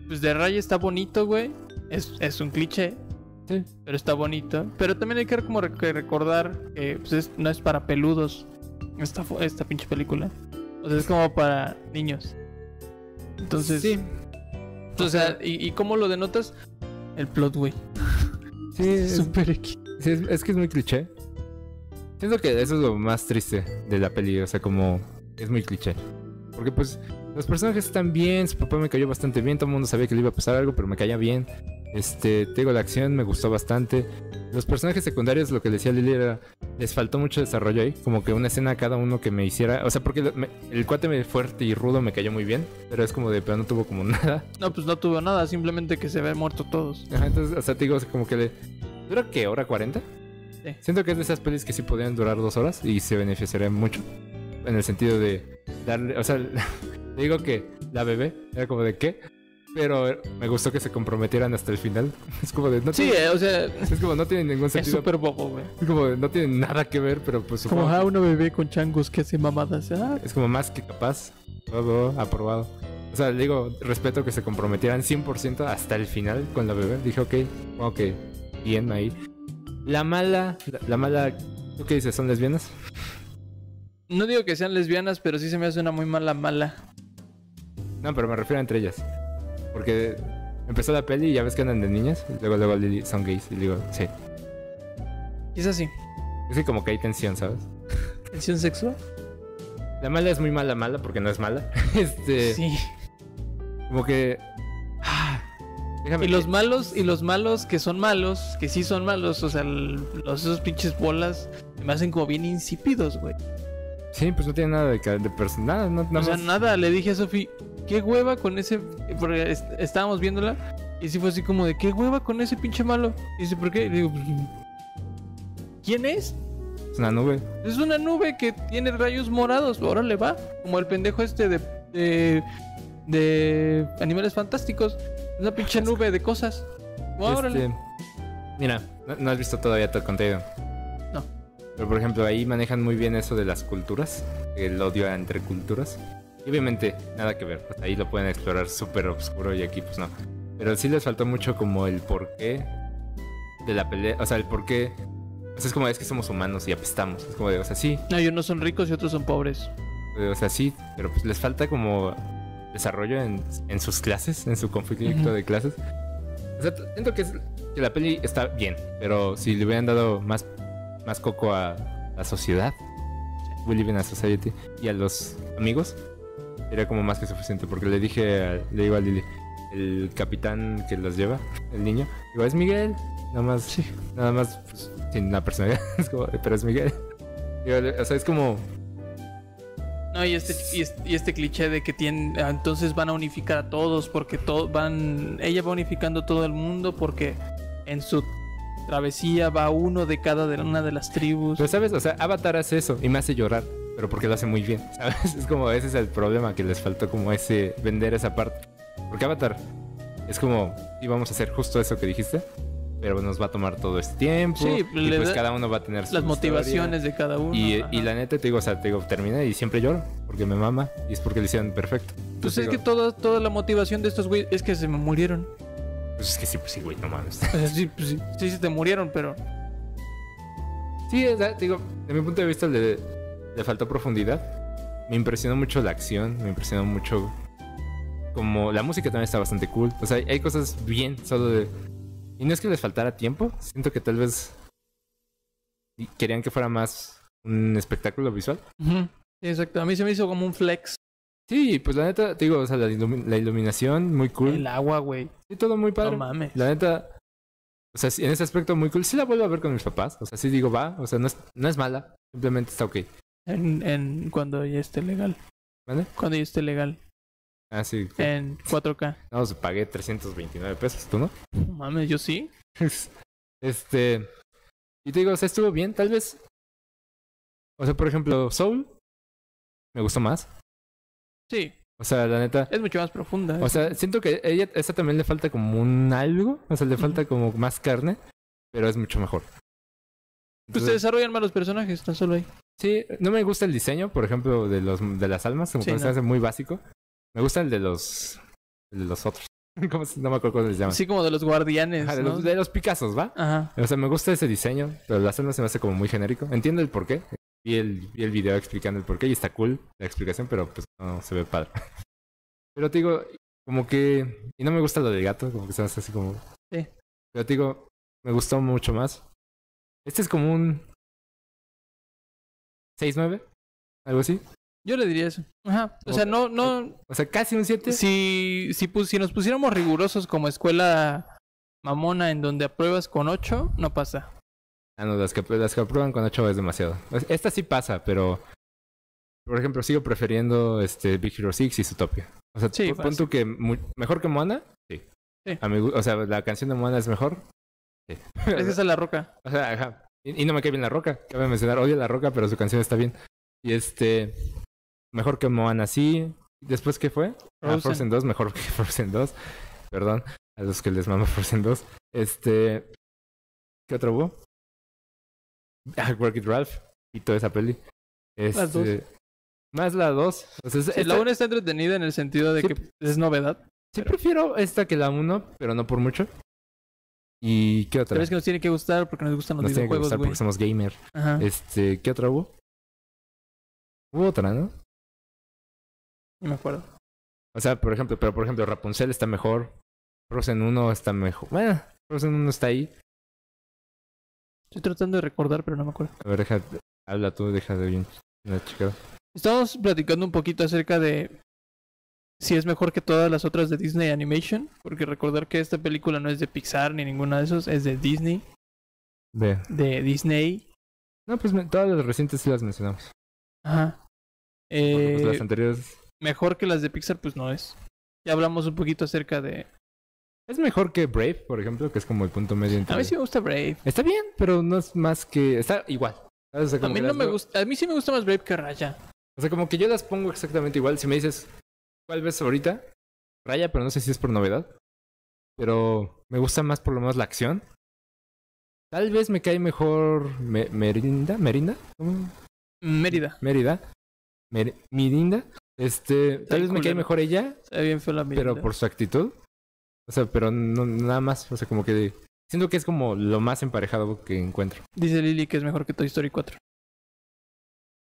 [SPEAKER 1] Pues de Ray está bonito, güey. Es, es un cliché,
[SPEAKER 2] Sí.
[SPEAKER 1] pero está bonito. Pero también hay que como rec- que recordar que pues, es- no es para peludos esta, fo- esta pinche película. O sea, es como para niños. Entonces,
[SPEAKER 2] Sí.
[SPEAKER 1] o sea, ¿y, y cómo lo denotas? El plot, güey.
[SPEAKER 2] Sí, es-
[SPEAKER 1] Super X.
[SPEAKER 2] Sí, es, es que es muy cliché. Siento que eso es lo más triste de la peli, o sea, como es muy cliché. Porque pues los personajes están bien, su papá me cayó bastante bien, todo el mundo sabía que le iba a pasar algo, pero me caía bien. Este, te digo, la acción me gustó bastante. Los personajes secundarios, lo que decía Lili era, les faltó mucho desarrollo ahí, como que una escena a cada uno que me hiciera, o sea, porque lo- me- el cuate me- fuerte y rudo me cayó muy bien, pero es como de, pero no tuvo como nada.
[SPEAKER 1] No, pues no tuvo nada, simplemente que se ven muertos todos.
[SPEAKER 2] Ajá, entonces, o sea, te digo, o sea, como que le... ¿Dura qué? ¿Hora 40?
[SPEAKER 1] Sí.
[SPEAKER 2] Siento que es de esas pelis que sí podrían durar dos horas y se beneficiarían mucho. En el sentido de darle... O sea, le digo que la bebé era como de qué, pero me gustó que se comprometieran hasta el final. Es como de... No
[SPEAKER 1] Sí,
[SPEAKER 2] tiene-
[SPEAKER 1] eh, o sea,
[SPEAKER 2] es como no tiene ningún
[SPEAKER 1] es
[SPEAKER 2] sentido.
[SPEAKER 1] súper bobo, güey.
[SPEAKER 2] Es como de, no tiene nada que ver, pero pues supongo...
[SPEAKER 1] Como a una bebé con changos que hace mamadas. Ah,
[SPEAKER 2] Es como más que capaz. Todo aprobado. O sea, le digo, respeto que se comprometieran 100% hasta el final con la bebé. Dije, ok, ok, bien ahí. La mala, la, la mala, ¿tú qué dices? ¿Son lesbianas?
[SPEAKER 1] no digo que sean lesbianas, pero sí se me hace una muy mala mala.
[SPEAKER 2] No, pero me refiero a entre ellas. Porque empezó la peli y ya ves que andan de niñas. Y luego, luego Lily, son gays. Y le digo, sí.
[SPEAKER 1] Quizás sí.
[SPEAKER 2] Es que como que hay tensión, ¿sabes?
[SPEAKER 1] ¿Tensión sexual?
[SPEAKER 2] La mala es muy mala, mala, porque no es mala. Este,
[SPEAKER 1] Sí.
[SPEAKER 2] como que. ah, déjame.
[SPEAKER 1] Y los malos, y los malos que son malos, que sí son malos, o sea, el- los, esos pinches bolas se me hacen como bien insípidos, güey.
[SPEAKER 2] Sí, pues no tiene nada de, ca- de personal. No, nada
[SPEAKER 1] o sea,
[SPEAKER 2] más-
[SPEAKER 1] nada, le dije a Sofi, qué hueva con ese. Porque est- estábamos viéndola. Y sí fue así como de, qué hueva con ese pinche malo. Y dice, ¿por qué? Y digo, "Pues, ¿quién es?
[SPEAKER 2] es una nube.
[SPEAKER 1] Es una nube que tiene rayos morados. Órale, va. Como el pendejo este de. de, de animales fantásticos. Una pinche nube de cosas. Órale.
[SPEAKER 2] Este, mira, no, no has visto todavía todo el contenido.
[SPEAKER 1] No.
[SPEAKER 2] Pero por ejemplo, ahí manejan muy bien eso de las culturas, el odio entre culturas. Y obviamente, nada que ver. pues, Ahí lo pueden explorar súper oscuro y aquí pues no. Pero sí les faltó mucho como el porqué de la pelea. O sea, el porqué. O sea, es como es que somos humanos y apestamos. Es como de, o sea, sí,
[SPEAKER 1] No, y unos son ricos y otros son pobres.
[SPEAKER 2] eh, O sea, sí, pero pues les falta como desarrollo en, en sus clases, en su conflicto
[SPEAKER 1] Ujú.
[SPEAKER 2] de clases. O sea, t- siento que, es- que la peli está bien, pero si le hubieran dado más, más coco a la sociedad, We Live in a Society, y a los amigos, sería como más que suficiente. Porque le dije, a- le digo a Lili, el capitán que los lleva, el niño, digo, es Miguel, nada más,
[SPEAKER 1] Sí.
[SPEAKER 2] nada más pues, sin una personalidad, es como, pero es Miguel. Digo, o sea, es como,
[SPEAKER 1] No, y este, y este, y este cliché de que tienen, ah, entonces van a unificar a todos porque todos van, ella va unificando todo el mundo porque en su travesía va uno de cada de una de las tribus.
[SPEAKER 2] Pero sabes, o sea, Avatar hace eso y me hace llorar, pero porque lo hace muy bien, ¿sabes? Es como ese es el problema que les faltó como ese vender esa parte. Porque Avatar es como íbamos a hacer justo eso que dijiste, pero nos va a tomar todo este tiempo
[SPEAKER 1] Sí,
[SPEAKER 2] y
[SPEAKER 1] le
[SPEAKER 2] pues
[SPEAKER 1] da-
[SPEAKER 2] cada uno va a tener su
[SPEAKER 1] las
[SPEAKER 2] historia.
[SPEAKER 1] motivaciones de cada uno.
[SPEAKER 2] Y,
[SPEAKER 1] ajá.
[SPEAKER 2] y la neta te digo, o sea, te digo, termina y siempre lloro porque me mama y es porque lo hicieron perfecto.
[SPEAKER 1] Pues es
[SPEAKER 2] digo,
[SPEAKER 1] que toda, toda la motivación de estos güey es que se me murieron.
[SPEAKER 2] pues es que sí, pues sí, güey, no mames.
[SPEAKER 1] O sea, sí, pues sí, sí se te murieron, pero
[SPEAKER 2] Sí, o sea, digo, de mi punto de vista le, le faltó profundidad. Me impresionó mucho la acción, me impresionó mucho como la música también está bastante cool. O sea, hay- hay cosas bien, solo de... Y no es que les faltara tiempo, siento que tal vez y querían que fuera más un espectáculo visual.
[SPEAKER 1] Ujú. Sí, exacto. A mí se me hizo como un flex.
[SPEAKER 2] Sí, pues la neta, te digo, o sea, la, ilumi- la iluminación muy cool.
[SPEAKER 1] El agua, güey.
[SPEAKER 2] Sí, todo muy
[SPEAKER 1] No
[SPEAKER 2] padre.
[SPEAKER 1] mames.
[SPEAKER 2] La neta, o sea, sí, en ese aspecto muy cool. Sí la vuelvo a ver con mis papás, o sea, sí digo, va, o sea, no es, no es mala, simplemente está ok.
[SPEAKER 1] En, en cuando ya esté legal.
[SPEAKER 2] ¿Vale?
[SPEAKER 1] Cuando ya esté legal.
[SPEAKER 2] Ah, sí.
[SPEAKER 1] En 4K.
[SPEAKER 2] No, se pagué 329 pesos, ¿tú no?
[SPEAKER 1] No mames, yo sí.
[SPEAKER 2] este. Y te digo, o sea, estuvo bien, tal vez. O sea, por ejemplo, Soul. Me gustó más.
[SPEAKER 1] Sí.
[SPEAKER 2] O sea, la neta.
[SPEAKER 1] Es mucho más profunda. Pues
[SPEAKER 2] O sea, siento que a ella, esa también le falta como un algo. O sea, le falta como más carne. Pero es mucho mejor.
[SPEAKER 1] Pues se
[SPEAKER 2] Entonces,
[SPEAKER 1] desarrollan más los personajes, tan solo ahí.
[SPEAKER 2] sí, no me gusta el diseño, por ejemplo, de los de las almas, como
[SPEAKER 1] Sí,
[SPEAKER 2] que se
[SPEAKER 1] no.
[SPEAKER 2] hace muy básico. Me gusta el de los. El de los otros. ¿Cómo se- no me acuerdo cómo se les llama.
[SPEAKER 1] Así como de los guardianes.
[SPEAKER 2] Ah. Ajá, de,
[SPEAKER 1] ¿no?
[SPEAKER 2] los, de los Picassos, ¿va?
[SPEAKER 1] Ajá.
[SPEAKER 2] O sea, me gusta ese diseño, pero la almas se me hace como muy genérico. Entiendo el porqué. Vi el, vi el video explicando el porqué y está cool la explicación, pero pues no se ve padre. Pero te digo, como que. Y no me gusta lo del gato, como que se me hace así como.
[SPEAKER 1] Sí.
[SPEAKER 2] Pero te digo, me gustó mucho más. Este es como un. 6-9, algo así.
[SPEAKER 1] Yo le diría eso. Ajá. O sea, no, no.
[SPEAKER 2] O sea, casi un 7.
[SPEAKER 1] Si, si, pus- si nos pusiéramos rigurosos como escuela mamona en donde apruebas con 8, no pasa.
[SPEAKER 2] Ah, no, las que, las que aprueban con 8 es demasiado. Pues, Esta sí pasa, pero. Por ejemplo, sigo prefiriendo este Big Hero 6 y Zootopia. O sea,
[SPEAKER 1] Sí,
[SPEAKER 2] pon- pon
[SPEAKER 1] fácil.
[SPEAKER 2] tú que mu- mejor que Moana. Sí.
[SPEAKER 1] Sí.
[SPEAKER 2] A mi gu- o sea, la canción de Moana es mejor. Sí.
[SPEAKER 1] Es esa la roca.
[SPEAKER 2] o sea, ajá. Y, y no me cae bien la roca. Cabe mencionar, odio la roca, pero su canción está bien. Y este. Mejor que Moana sí. Después, ¿qué fue? Ah,
[SPEAKER 1] Frozen.
[SPEAKER 2] Frozen 2, mejor que Frozen 2. Perdón, a los que les mama Frozen 2. Este. ¿Qué otro hubo? Ah, Work It Ralph y toda esa peli. Este,
[SPEAKER 1] Las dos.
[SPEAKER 2] Más la 2. O sea, es-
[SPEAKER 1] Sí,
[SPEAKER 2] esta-
[SPEAKER 1] La 1 está entretenida en el sentido de
[SPEAKER 2] Sí.
[SPEAKER 1] que es novedad.
[SPEAKER 2] sí prefiero esta que la 1, pero no por mucho. ¿Y qué otra?
[SPEAKER 1] Pero es que nos tiene que gustar porque nos gustan los
[SPEAKER 2] Nos tiene que
[SPEAKER 1] videojuegos,
[SPEAKER 2] gustar
[SPEAKER 1] güey. Ah.
[SPEAKER 2] porque somos gamer.
[SPEAKER 1] Ajá.
[SPEAKER 2] Este, ¿qué otra hubo? Hubo otra, ¿no?
[SPEAKER 1] Ni me acuerdo.
[SPEAKER 2] O sea, por ejemplo, pero por ejemplo, Rapunzel está mejor. Frozen 1 está mejor. Bueno, Frozen 1 está ahí.
[SPEAKER 1] Estoy tratando de recordar, pero no me acuerdo.
[SPEAKER 2] A ver, deja, habla tú, deja de bien. Una chica.
[SPEAKER 1] Estamos platicando un poquito acerca de si es mejor que todas las otras de Disney Animation, porque recordar que esta película no es de Pixar ni ninguna de esos, es de Disney,
[SPEAKER 2] Ve.
[SPEAKER 1] de Disney.
[SPEAKER 2] No, pues me- todas las recientes sí las mencionamos.
[SPEAKER 1] Ajá.
[SPEAKER 2] Porque, pues,
[SPEAKER 1] Eh,
[SPEAKER 2] las anteriores.
[SPEAKER 1] mejor que las de Pixar, pues no es. Ya hablamos un poquito acerca de.
[SPEAKER 2] Es mejor que Brave, por ejemplo, que es como el punto medio entre.
[SPEAKER 1] A mí sí me gusta Brave.
[SPEAKER 2] Está bien, pero no es más que. Está igual. ¿sabes? O sea,
[SPEAKER 1] A
[SPEAKER 2] como
[SPEAKER 1] mí
[SPEAKER 2] que
[SPEAKER 1] no
[SPEAKER 2] las
[SPEAKER 1] me
[SPEAKER 2] veo-
[SPEAKER 1] gusta. A mí sí me gusta más Brave que Raya.
[SPEAKER 2] O sea, como que yo las pongo exactamente igual. Si me dices, ¿cuál ves ahorita? Raya, pero no sé si es por novedad. Pero me gusta más por lo menos la acción. Tal vez me cae mejor Me- Merinda. ¿Merinda? ¿Cómo?
[SPEAKER 1] Mérida.
[SPEAKER 2] Mérida. Mer- Mirinda. Este, tal vez me cae
[SPEAKER 1] culero.
[SPEAKER 2] mejor ella,
[SPEAKER 1] Está bien fue la Mérida.
[SPEAKER 2] pero por su actitud. O sea, pero no, nada más. O sea, como que siento que es como lo más emparejado que encuentro.
[SPEAKER 1] Dice Lily que es mejor que Toy Story 4.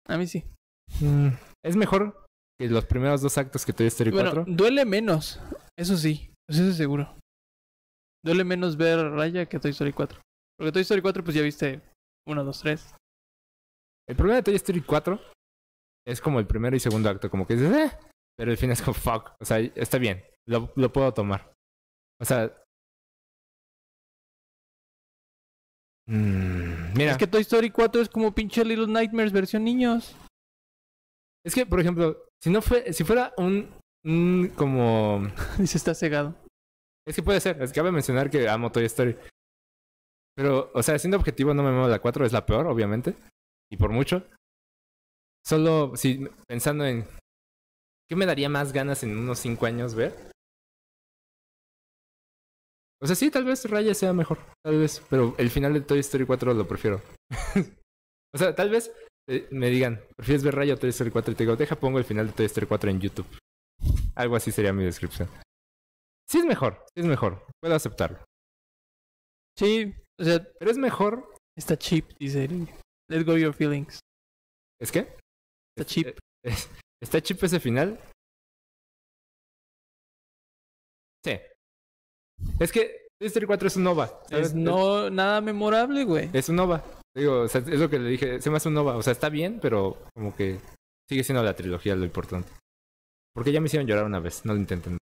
[SPEAKER 1] A mí sí.
[SPEAKER 2] Mm, es mejor que los primeros dos actos que Toy Story
[SPEAKER 1] Bueno,
[SPEAKER 2] 4.
[SPEAKER 1] duele menos. Eso sí. Pues eso es seguro. Duele menos ver Raya que Toy Story 4. Porque Toy Story 4 pues ya viste 1, 2, 3.
[SPEAKER 2] El problema de Toy Story 4 es como el primero y segundo acto. Como que dices, eh. Pero el fin es como fuck. O sea, está bien. Lo, lo puedo tomar. O sea. mm, mira.
[SPEAKER 1] Es que Toy Story 4 es como pinche Little Nightmares versión niños.
[SPEAKER 2] Es que, por ejemplo, si no fue, si fuera un, un como
[SPEAKER 1] Dice está cegado.
[SPEAKER 2] es que Eh, puede ser, es que cabe mencionar que amo Toy Story. Pero, o sea, siendo objetivo, no me muevo la 4, es la peor, obviamente. Y por mucho. Solo si pensando en qué me daría más ganas en unos 5 años ver. O sea, sí, tal vez Raya sea mejor. Tal vez. Pero el final de Toy Story 4 lo prefiero. o sea, tal vez eh, me digan, ¿prefieres ver Raya o Toy Story 4? Y te digo, deja pongo el final de Toy Story 4 en YouTube. Algo así sería mi descripción. Sí es mejor, sí es mejor. Puedo aceptarlo.
[SPEAKER 1] Sí, o sea,
[SPEAKER 2] Pero es mejor...
[SPEAKER 1] está cheap, dice el- Let go your feelings.
[SPEAKER 2] ¿Es qué?
[SPEAKER 1] Está cheap.
[SPEAKER 2] Es- ¿Está chip ese final? Sí. Es que Toy Story 4 es un OVA. ¿sabes?
[SPEAKER 1] Es no, nada memorable, güey.
[SPEAKER 2] Es un OVA. Digo, o sea, es lo que le dije. Se me hace un OVA. O sea, está bien, pero como que sigue siendo la trilogía lo importante. Porque ya me hicieron llorar una vez. No lo intenten.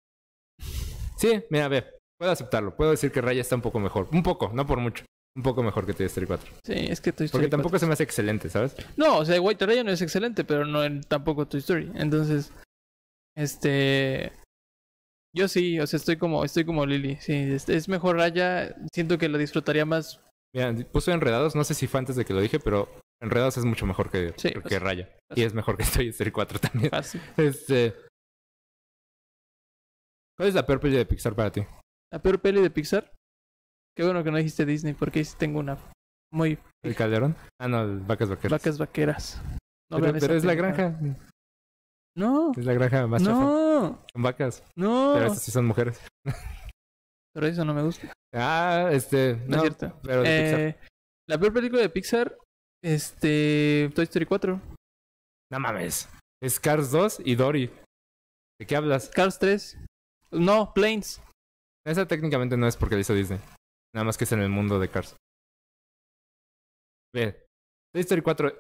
[SPEAKER 2] Sí, mira, ve. Puedo aceptarlo. Puedo decir que Raya está un poco mejor. Un poco, no por mucho. Un poco mejor que Toy Story 4.
[SPEAKER 1] Sí, es que Toy Story
[SPEAKER 2] Porque tampoco se me hace excelente, ¿sabes?
[SPEAKER 1] No, o sea, White Rayo no es excelente, pero no en- tampoco Toy Story. Entonces, este. Yo sí, o sea, estoy como, estoy como Lily. Sí, es, es mejor Raya. Siento que lo disfrutaría más.
[SPEAKER 2] Mira, puso Enredados. No sé si fue antes de que lo dije, pero Enredados es mucho mejor que,
[SPEAKER 1] Sí,
[SPEAKER 2] que
[SPEAKER 1] o sea,
[SPEAKER 2] Raya. Y es mejor que Toy Story 4 también.
[SPEAKER 1] fácil.
[SPEAKER 2] Este. ¿Cuál es la peor película de Pixar para ti?
[SPEAKER 1] La peor peli de Pixar. Qué bueno que no dijiste Disney, porque ahí sí tengo una muy
[SPEAKER 2] ¿El Calderón? Ah, no, el Vacas Vaqueras.
[SPEAKER 1] vacas vaqueras. No
[SPEAKER 2] pero
[SPEAKER 1] vean esa
[SPEAKER 2] pero es la
[SPEAKER 1] película.
[SPEAKER 2] granja.
[SPEAKER 1] No,
[SPEAKER 2] Es la granja más chafa.
[SPEAKER 1] no,
[SPEAKER 2] Son vacas.
[SPEAKER 1] no.
[SPEAKER 2] Pero estas sí son mujeres.
[SPEAKER 1] Pero eso no me gusta.
[SPEAKER 2] Ah, este.
[SPEAKER 1] No,
[SPEAKER 2] No,
[SPEAKER 1] es cierto.
[SPEAKER 2] pero de Pixar.
[SPEAKER 1] Eh, la peor película de Pixar, este, Toy Story 4.
[SPEAKER 2] No mames. Es Cars 2 y Dory. ¿De qué hablas?
[SPEAKER 1] Cars 3. No, Planes.
[SPEAKER 2] Esa técnicamente no es porque la hizo Disney. Nada más que es en el mundo de Cars. Ve. Toy Story 4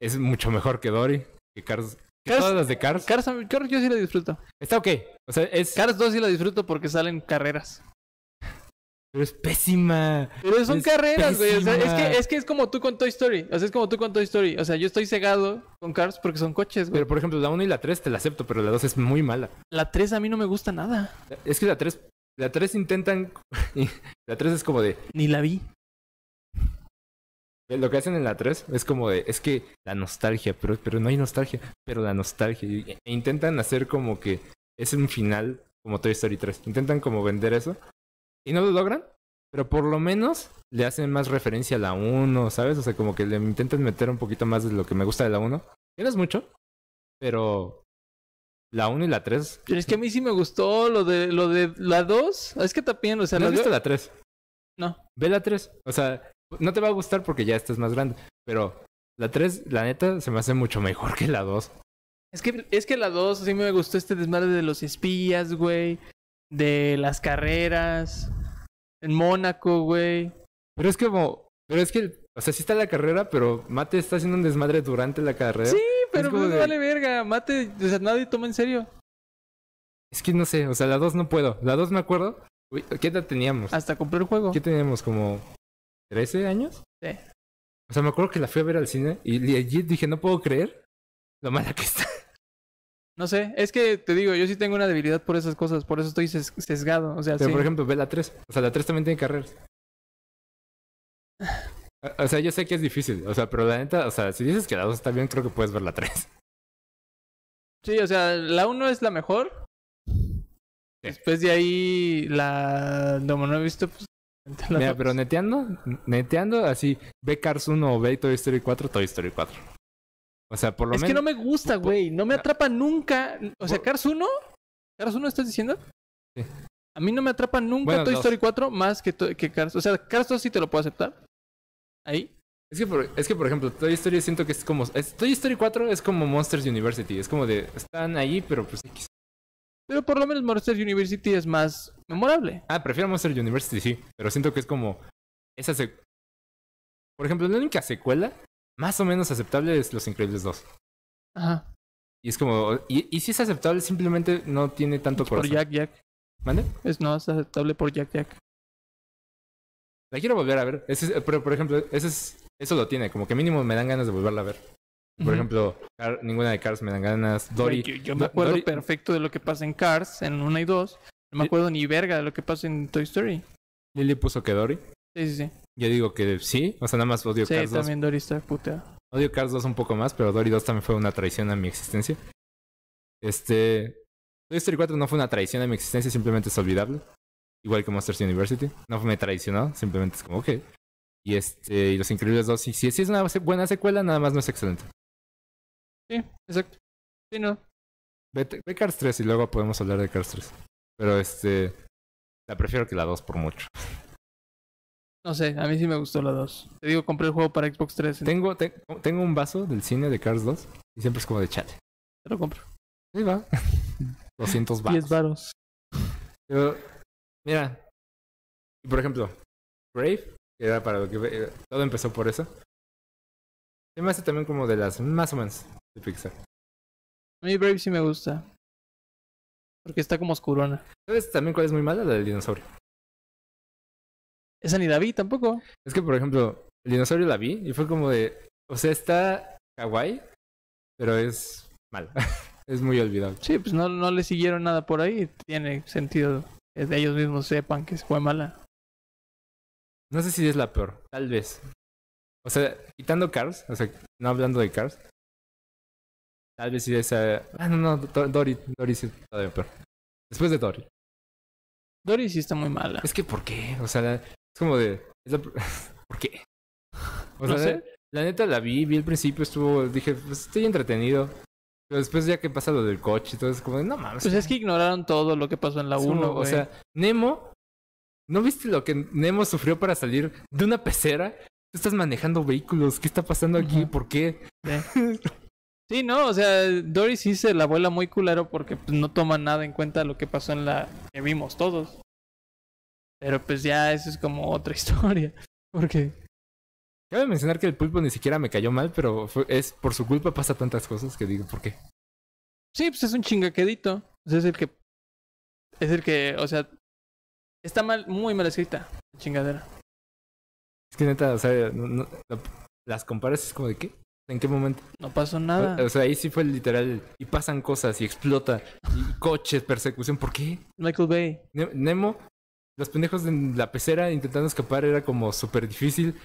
[SPEAKER 2] es mucho mejor que Dory. Que Cars. Que
[SPEAKER 1] Cars-
[SPEAKER 2] todas las de Cars.
[SPEAKER 1] Cars, Cars yo sí la disfruto.
[SPEAKER 2] Está ok. O sea, es.
[SPEAKER 1] Cars 2 sí la disfruto porque salen carreras.
[SPEAKER 2] Pero es pésima.
[SPEAKER 1] Pero son
[SPEAKER 2] Es
[SPEAKER 1] carreras, güey. o sea, es,
[SPEAKER 2] pésima.
[SPEAKER 1] que, es que es como tú con Toy Story. O sea, es como tú con Toy Story. O sea, yo estoy cegado con Cars porque son coches, güey.
[SPEAKER 2] Pero por ejemplo, la 1 y la 3 te la acepto, pero la 2 es muy mala.
[SPEAKER 1] La 3 a mí no me gusta nada.
[SPEAKER 2] Es que la 3, la 3 intentan, la 3 es como de,
[SPEAKER 1] Ni la vi.
[SPEAKER 2] Eh, lo que hacen en la 3 es como de, es que la nostalgia, pero, pero no hay nostalgia, pero la nostalgia. y- E intentan hacer como que es un final como Toy Story 3. Intentan como vender eso y no lo logran, pero por lo menos le hacen más referencia a la 1, ¿sabes? O sea, como que le intentan meter un poquito más de lo que me gusta de la 1. Que no es mucho, pero la 1 y la 3...
[SPEAKER 1] Pero es que a mí sí me gustó lo de lo de la 2. Es que también, o sea,
[SPEAKER 2] ¿No
[SPEAKER 1] la
[SPEAKER 2] has visto
[SPEAKER 1] veo-
[SPEAKER 2] la 3?
[SPEAKER 1] No.
[SPEAKER 2] Ve la 3. O sea, no te va a gustar porque ya estás más grande. Pero la 3, la neta, se me hace mucho mejor que la 2.
[SPEAKER 1] Es que, es que la 2 sí me gustó este desmadre de los espías, güey. De las carreras. En Mónaco, güey.
[SPEAKER 2] Pero es que como. Pero es que. O sea, sí está la carrera, pero Mate está haciendo un desmadre durante la carrera.
[SPEAKER 1] Sí, Pero
[SPEAKER 2] como
[SPEAKER 1] pues,
[SPEAKER 2] de-
[SPEAKER 1] vale verga, mate, o sea, nadie toma en serio.
[SPEAKER 2] Es que no sé. O sea, la 2 no puedo. La 2 me acuerdo. Uy, ¿Qué edad teníamos?
[SPEAKER 1] Hasta compré el juego.
[SPEAKER 2] ¿Qué teníamos? ¿Como 13 años?
[SPEAKER 1] Sí.
[SPEAKER 2] O sea, me acuerdo que la fui a ver al cine y allí dije, no puedo creer lo mala que está.
[SPEAKER 1] No sé, es que te digo, yo sí tengo una debilidad por esas cosas, por eso estoy ses- sesgado. O sea,
[SPEAKER 2] Pero
[SPEAKER 1] Ah, sí.
[SPEAKER 2] por ejemplo, ve la 3. O sea, la 3 también tiene carreras. O- O sea, yo sé que es difícil. O sea, pero la neta, o sea, si dices que la 2 está bien, creo que puedes ver la 3.
[SPEAKER 1] Sí, o sea, la 1 es la mejor. Después de ahí, la. Como no he visto, pues. la
[SPEAKER 2] Mira,
[SPEAKER 1] dos.
[SPEAKER 2] pero neteando, neteando, así, ve Cars 1 o ve Toy Story 4, Toy Story 4. O sea, por lo
[SPEAKER 1] Es
[SPEAKER 2] menos.
[SPEAKER 1] que no me gusta,
[SPEAKER 2] por-
[SPEAKER 1] güey. No me
[SPEAKER 2] na-
[SPEAKER 1] atrapa nunca. O sea,
[SPEAKER 2] Ah. por-
[SPEAKER 1] Cars 1. ¿Cars 1 estás diciendo?
[SPEAKER 2] Sí.
[SPEAKER 1] A mí no me atrapa nunca
[SPEAKER 2] Bueno,
[SPEAKER 1] Toy
[SPEAKER 2] dos.
[SPEAKER 1] Story 4 más que, to- que Cars. O sea, Cars 2 sí te lo puedo aceptar. Ahí.
[SPEAKER 2] Es que, por, es que, por ejemplo, Toy Story siento que es como. es- Toy Story 4 es como Monsters University. Es como de. Están ahí, pero pues. X.
[SPEAKER 1] Pero por lo menos Monster University es más memorable.
[SPEAKER 2] Ah, prefiero Monsters University, sí. Pero siento que es como. Esa sec- Por ejemplo, la única secuela más o menos aceptable es Los Increíbles 2.
[SPEAKER 1] Ajá.
[SPEAKER 2] Y es como. Y, y si es aceptable, simplemente no tiene tanto
[SPEAKER 1] Por
[SPEAKER 2] corazón.
[SPEAKER 1] Jack Jack.
[SPEAKER 2] ¿Mande?
[SPEAKER 1] Es no es aceptable por Jack Jack.
[SPEAKER 2] La quiero volver a ver. Ese es- pero, por ejemplo, ese es, eso lo tiene. Como que mínimo me dan ganas de volverla a ver. Por
[SPEAKER 1] Ujú.
[SPEAKER 2] ejemplo, Car- ninguna de Cars me dan ganas. Dory.
[SPEAKER 1] Güey, Yo, yo me
[SPEAKER 2] Do-
[SPEAKER 1] acuerdo
[SPEAKER 2] Dory-
[SPEAKER 1] perfecto de lo que pasa en Cars, en 1 y 2. No me
[SPEAKER 2] Sí.
[SPEAKER 1] acuerdo ni verga de lo que pasa en Toy Story.
[SPEAKER 2] Lily puso que Dory.
[SPEAKER 1] Sí, sí, sí.
[SPEAKER 2] Yo digo que sí. O sea, nada más odio
[SPEAKER 1] Sí,
[SPEAKER 2] Cars 2.
[SPEAKER 1] también Dory está puteada.
[SPEAKER 2] Odio Cars 2 un poco más, pero Dory 2 también fue una traición a mi existencia. Este. Toy Story 4 no fue una traición a mi existencia, simplemente es olvidable. Igual que Monsters University. No me traicionó, simplemente es como, ok. Y este. Y Los Increíbles 2, sí, sí, sí es una se- buena secuela, nada más no es excelente.
[SPEAKER 1] Sí, exacto. Sí, no.
[SPEAKER 2] Ve, ve Cars 3 y luego podemos hablar de Cars 3. Pero este. La prefiero que la 2 por mucho.
[SPEAKER 1] No sé, a mí sí me gustó la 2. Te digo, compré el juego para Xbox 3. Te
[SPEAKER 2] Tengo, te- tengo un vaso del cine de Cars 2 y siempre es como de chale.
[SPEAKER 1] lo compro.
[SPEAKER 2] Ahí va. 200
[SPEAKER 1] 10
[SPEAKER 2] baros.
[SPEAKER 1] varos.
[SPEAKER 2] Pero, mira. y Por ejemplo, Brave, que era para lo que. eh, todo empezó por eso. Se me hace también como de las más o menos de Pixar.
[SPEAKER 1] A mí Brave sí me gusta. Porque está como oscurona.
[SPEAKER 2] ¿Sabes también cuál es muy mala? La del dinosaurio.
[SPEAKER 1] Esa ni la vi tampoco.
[SPEAKER 2] Es que, por ejemplo, el dinosaurio la vi y fue como de. O sea, está kawaii, pero es mal. es muy olvidable.
[SPEAKER 1] Sí, pues no, no le siguieron nada por ahí. Tiene sentido que de ellos mismos sepan que fue mala.
[SPEAKER 2] No sé si es la peor, tal vez. O sea, quitando Cars, o sea, no hablando de Cars. Tal vez sí esa. Ah, no, no, Do- Dory, Dory sí es todavía peor. Después de Dory.
[SPEAKER 1] Dory sí está muy mala.
[SPEAKER 2] Es que, ¿por qué? O sea, la- es como de. es la- ¿Por qué? O
[SPEAKER 1] No
[SPEAKER 2] sea,
[SPEAKER 1] sé.
[SPEAKER 2] la, la neta la vi, vi el principio, estuvo. Dije, pues estoy entretenido. Pero después, ya que pasa lo del coche y todo, es como de, no mames.
[SPEAKER 1] Pues es que ignoraron todo lo que pasó en la
[SPEAKER 2] Es como,
[SPEAKER 1] 1,
[SPEAKER 2] O sea, Nemo. ¿No viste lo que Nemo sufrió para salir de una pecera? Tú estás manejando vehículos. ¿Qué está pasando aquí?
[SPEAKER 1] Ujú.
[SPEAKER 2] ¿Por qué?
[SPEAKER 1] Sí, no, o sea, Dory sí se la vuela muy culero porque pues, no toma nada en cuenta lo que pasó en la que vimos todos. Pero pues ya eso es como otra historia. Porque
[SPEAKER 2] Cabe mencionar que el pulpo ni siquiera me cayó mal, pero fue- es por su culpa pasa tantas cosas que digo, ¿por qué?
[SPEAKER 1] sí, pues es un chingaquedito. O sea, es el que es el que, o sea, está mal, muy mal escrita la chingadera.
[SPEAKER 2] Es que neta, o sea, no- no- la- las comparas es como de qué? ¿En qué momento?
[SPEAKER 1] No pasó nada.
[SPEAKER 2] O, o sea, ahí sí fue literal. Y pasan cosas y explota. Y coches, persecución. ¿Por qué?
[SPEAKER 1] Michael Bay.
[SPEAKER 2] Ne- Nemo, los pendejos en la pecera intentando escapar era como súper difícil.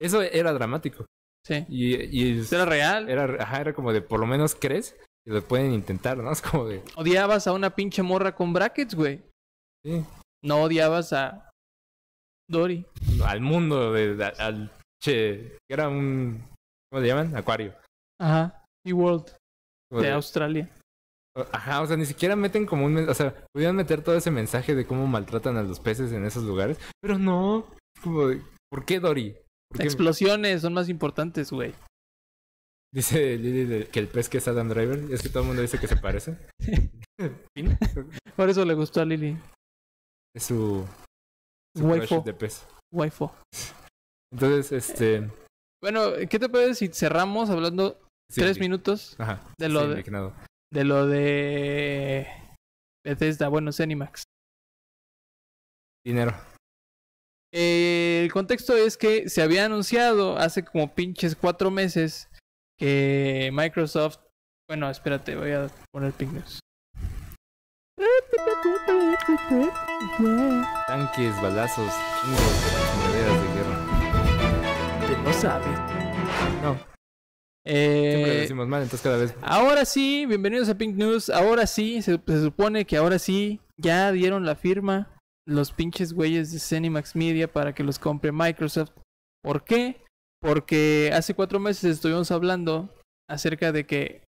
[SPEAKER 2] Eso era dramático.
[SPEAKER 1] Sí.
[SPEAKER 2] Y, y es-
[SPEAKER 1] Era real.
[SPEAKER 2] era, ajá, era como de por lo menos crees que lo pueden intentar, ¿no? Es como de.
[SPEAKER 1] Odiabas a una pinche morra con brackets, güey.
[SPEAKER 2] Sí,
[SPEAKER 1] No odiabas a Dory.
[SPEAKER 2] al mundo, de, al- al. Che, que era un. ¿Cómo le llaman? Acuario.
[SPEAKER 1] Ajá. SeaWorld
[SPEAKER 2] Como
[SPEAKER 1] de
[SPEAKER 2] de-
[SPEAKER 1] Australia.
[SPEAKER 2] ajá, o sea, ni siquiera meten como un. men- O sea, pudieron meter todo ese mensaje de cómo maltratan a los peces en esos lugares, pero no. Es como de. ¿Por qué Dory? ¿Por qué
[SPEAKER 1] Explosiones son más importantes, güey.
[SPEAKER 2] Dice Lili de- que el pez que es Adam Driver, es que todo el mundo dice que se parece. Fin.
[SPEAKER 1] Por eso le gustó a Lily.
[SPEAKER 2] Es su, su crush
[SPEAKER 1] Waifo.
[SPEAKER 2] de pez.
[SPEAKER 1] Waifo.
[SPEAKER 2] Entonces, este.
[SPEAKER 1] Bueno, ¿qué te parece si cerramos hablando
[SPEAKER 2] sí,
[SPEAKER 1] tres
[SPEAKER 2] sí.
[SPEAKER 1] minutos
[SPEAKER 2] Ajá.
[SPEAKER 1] de lo
[SPEAKER 2] sí,
[SPEAKER 1] de,
[SPEAKER 2] indignado.
[SPEAKER 1] de lo de Bethesda, bueno, Cenimax?
[SPEAKER 2] Dinero.
[SPEAKER 1] Eh, el contexto es que se había anunciado hace como pinches cuatro meses que Microsoft. Bueno, espérate, voy a poner ping news.
[SPEAKER 2] Tanques, balazos, chingos, neveras de guerra.
[SPEAKER 1] No sabes.
[SPEAKER 2] No, siempre lo
[SPEAKER 1] Eh,
[SPEAKER 2] decimos mal, entonces cada vez.
[SPEAKER 1] Ahora sí, bienvenidos a Pink News. Ahora sí, se, se supone que ahora sí ya dieron la firma los pinches güeyes de Cenimax Media para que los compre Microsoft. ¿Por qué? Porque hace cuatro meses estuvimos hablando acerca de que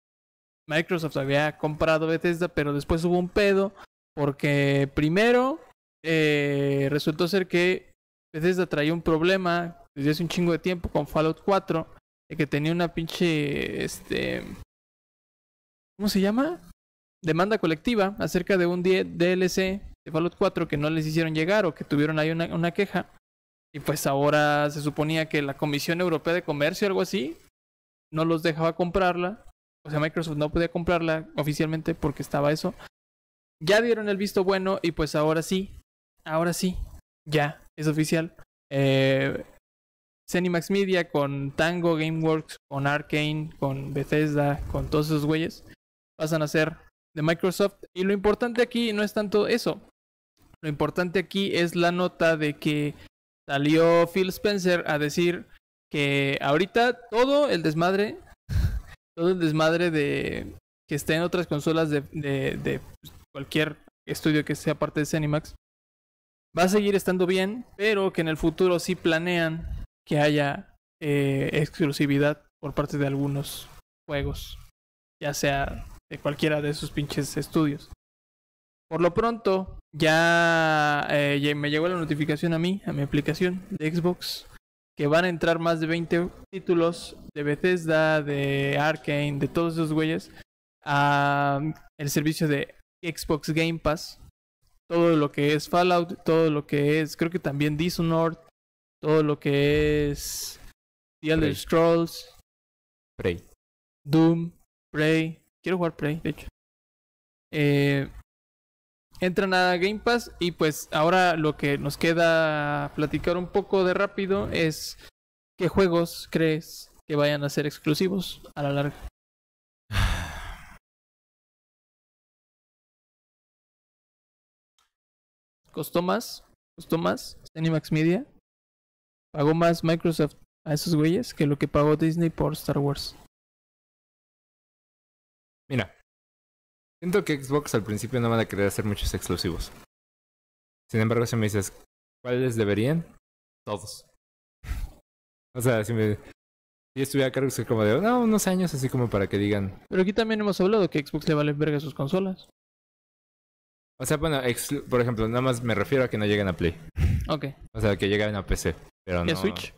[SPEAKER 1] Microsoft había comprado Bethesda, pero después hubo un pedo porque primero eh, resultó ser que Bethesda traía un problema desde hace un chingo de tiempo con Fallout 4, de que tenía una pinche este ¿cómo se llama? Demanda colectiva acerca de un die- DLC de Fallout 4 que no les hicieron llegar o que tuvieron ahí una, una queja. Y pues ahora se suponía que la Comisión Europea de Comercio o algo así no los dejaba comprarla. O sea, Microsoft no podía comprarla oficialmente porque estaba eso. Ya dieron el visto bueno y pues ahora sí, ahora sí, ya es oficial. Eh, Cenimax Media con Tango Gameworks, con Arkane, con Bethesda, con todos esos güeyes pasan a ser de Microsoft. Y lo importante aquí no es tanto eso. Lo importante aquí es la nota de que salió Phil Spencer a decir que ahorita todo el desmadre, todo el desmadre de que esté en otras consolas de, de- de cualquier estudio que sea parte de Cenimax, va a seguir estando bien, pero que en el futuro sí planean que haya eh, exclusividad por parte de algunos juegos, ya sea de cualquiera de sus pinches estudios. Por lo pronto, ya, eh, ya me llegó la notificación a mí, a mi aplicación de Xbox, que van a entrar más de 20 títulos de Bethesda, de Arkane, de todos esos güeyes, a el servicio de Xbox Game Pass. Todo lo que es Fallout, todo lo que es, creo que también Dishonored, todo lo que es The Elder
[SPEAKER 2] Prey.
[SPEAKER 1] Scrolls,
[SPEAKER 2] Prey.
[SPEAKER 1] Doom, Prey. Quiero jugar Prey, de hecho. Eh, entran a Game Pass y pues ahora lo que nos queda platicar un poco de rápido es qué juegos crees que vayan a ser exclusivos a la larga. Costó más, costó más Cinemax Media. Pagó más Microsoft a esos güeyes que lo que pagó Disney por Star Wars.
[SPEAKER 2] Mira. Siento que Xbox al principio no van a querer hacer muchos exclusivos. Sin embargo, si me dices, ¿cuáles deberían? Todos. O sea, si me... Si estuviera a cargo, sería como de, no, unos años así como para que digan,
[SPEAKER 1] Pero aquí también hemos hablado que Xbox le vale verga a sus consolas.
[SPEAKER 2] O sea, bueno, exclu- por ejemplo, nada más me refiero a que no lleguen a Play.
[SPEAKER 1] Ok.
[SPEAKER 2] O sea, que lleguen a PC. Pero
[SPEAKER 1] ¿Y a
[SPEAKER 2] no.
[SPEAKER 1] Switch?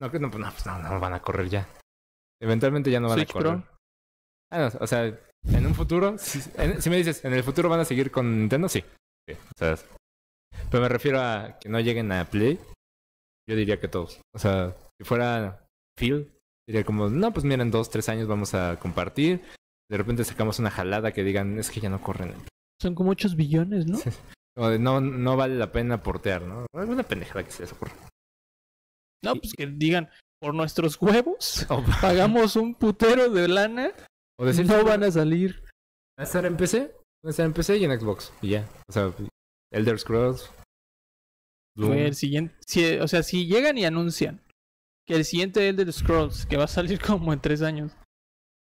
[SPEAKER 2] No, que no, pues, no, pues, no, no van a correr ya. Eventualmente ya no van
[SPEAKER 1] Switch
[SPEAKER 2] a correr.
[SPEAKER 1] Pro.
[SPEAKER 2] Ah, no, o sea, en un futuro, si, en- si me dices, en el futuro van a seguir con Nintendo, sí. Sí, o sea, es- pero me refiero a que no lleguen a Play. Yo diría que todos. O sea, si fuera Phil, diría como, no, pues miren, dos, tres años vamos a compartir. De repente sacamos una jalada que digan, es que ya no corren en
[SPEAKER 1] Son como 8 billones, ¿no?
[SPEAKER 2] Sí. O de no, no vale la pena portear, ¿no? Alguna pendejada que se les ocurra.
[SPEAKER 1] No, pues que digan, por nuestros huevos,
[SPEAKER 2] O,
[SPEAKER 1] pagamos un putero de lana,
[SPEAKER 2] o decir,
[SPEAKER 1] no van a salir.
[SPEAKER 2] a estar en PC, van a estar en PC y en Xbox. Y ya. O sea, Elder Scrolls. Doom.
[SPEAKER 1] Güey, el siguiente, si- o sea, si llegan y anuncian que el siguiente Elder Scrolls, que va a salir como en 3 años,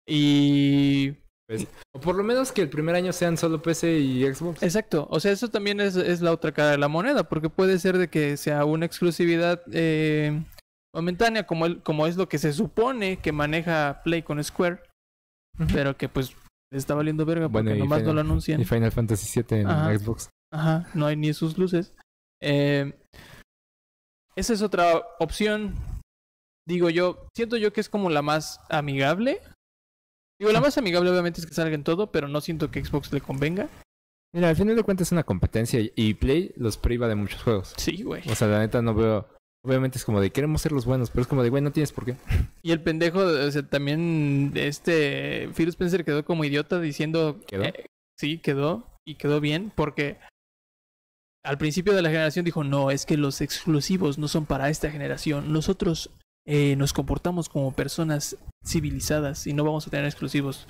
[SPEAKER 1] y
[SPEAKER 2] O por lo menos que el primer año sean solo PC y Xbox.
[SPEAKER 1] Exacto, o sea, eso también es, es la otra cara de la moneda, porque puede ser de que sea una exclusividad eh, momentánea, como, el- como es lo que se supone que maneja Play con Square,
[SPEAKER 2] Ujú.
[SPEAKER 1] pero que pues le está valiendo verga porque
[SPEAKER 2] Bueno, y
[SPEAKER 1] nomás no
[SPEAKER 2] Final-
[SPEAKER 1] lo anuncian.
[SPEAKER 2] Y Final Fantasy VII en
[SPEAKER 1] Ajá.
[SPEAKER 2] Xbox.
[SPEAKER 1] Ajá, no hay ni sus luces. Eh, esa es otra opción. Digo yo, siento yo que es como la más amigable. Digo, la más amigable obviamente es que salga en todo, pero no siento que Xbox le convenga.
[SPEAKER 2] Mira, al final de cuentas es una competencia y- y Play los priva de muchos juegos.
[SPEAKER 1] Sí, güey.
[SPEAKER 2] O sea, la neta no veo. Obviamente es como de queremos ser los buenos, pero es como de, güey, no tienes por qué.
[SPEAKER 1] Y el pendejo, o sea, también este Phil Spencer quedó como idiota diciendo
[SPEAKER 2] ¿Quedó?
[SPEAKER 1] eh, sí, quedó y quedó bien porque al principio de la generación dijo, "No, es que los exclusivos no son para esta generación. Nosotros eh, nos comportamos como personas civilizadas y no vamos a tener exclusivos."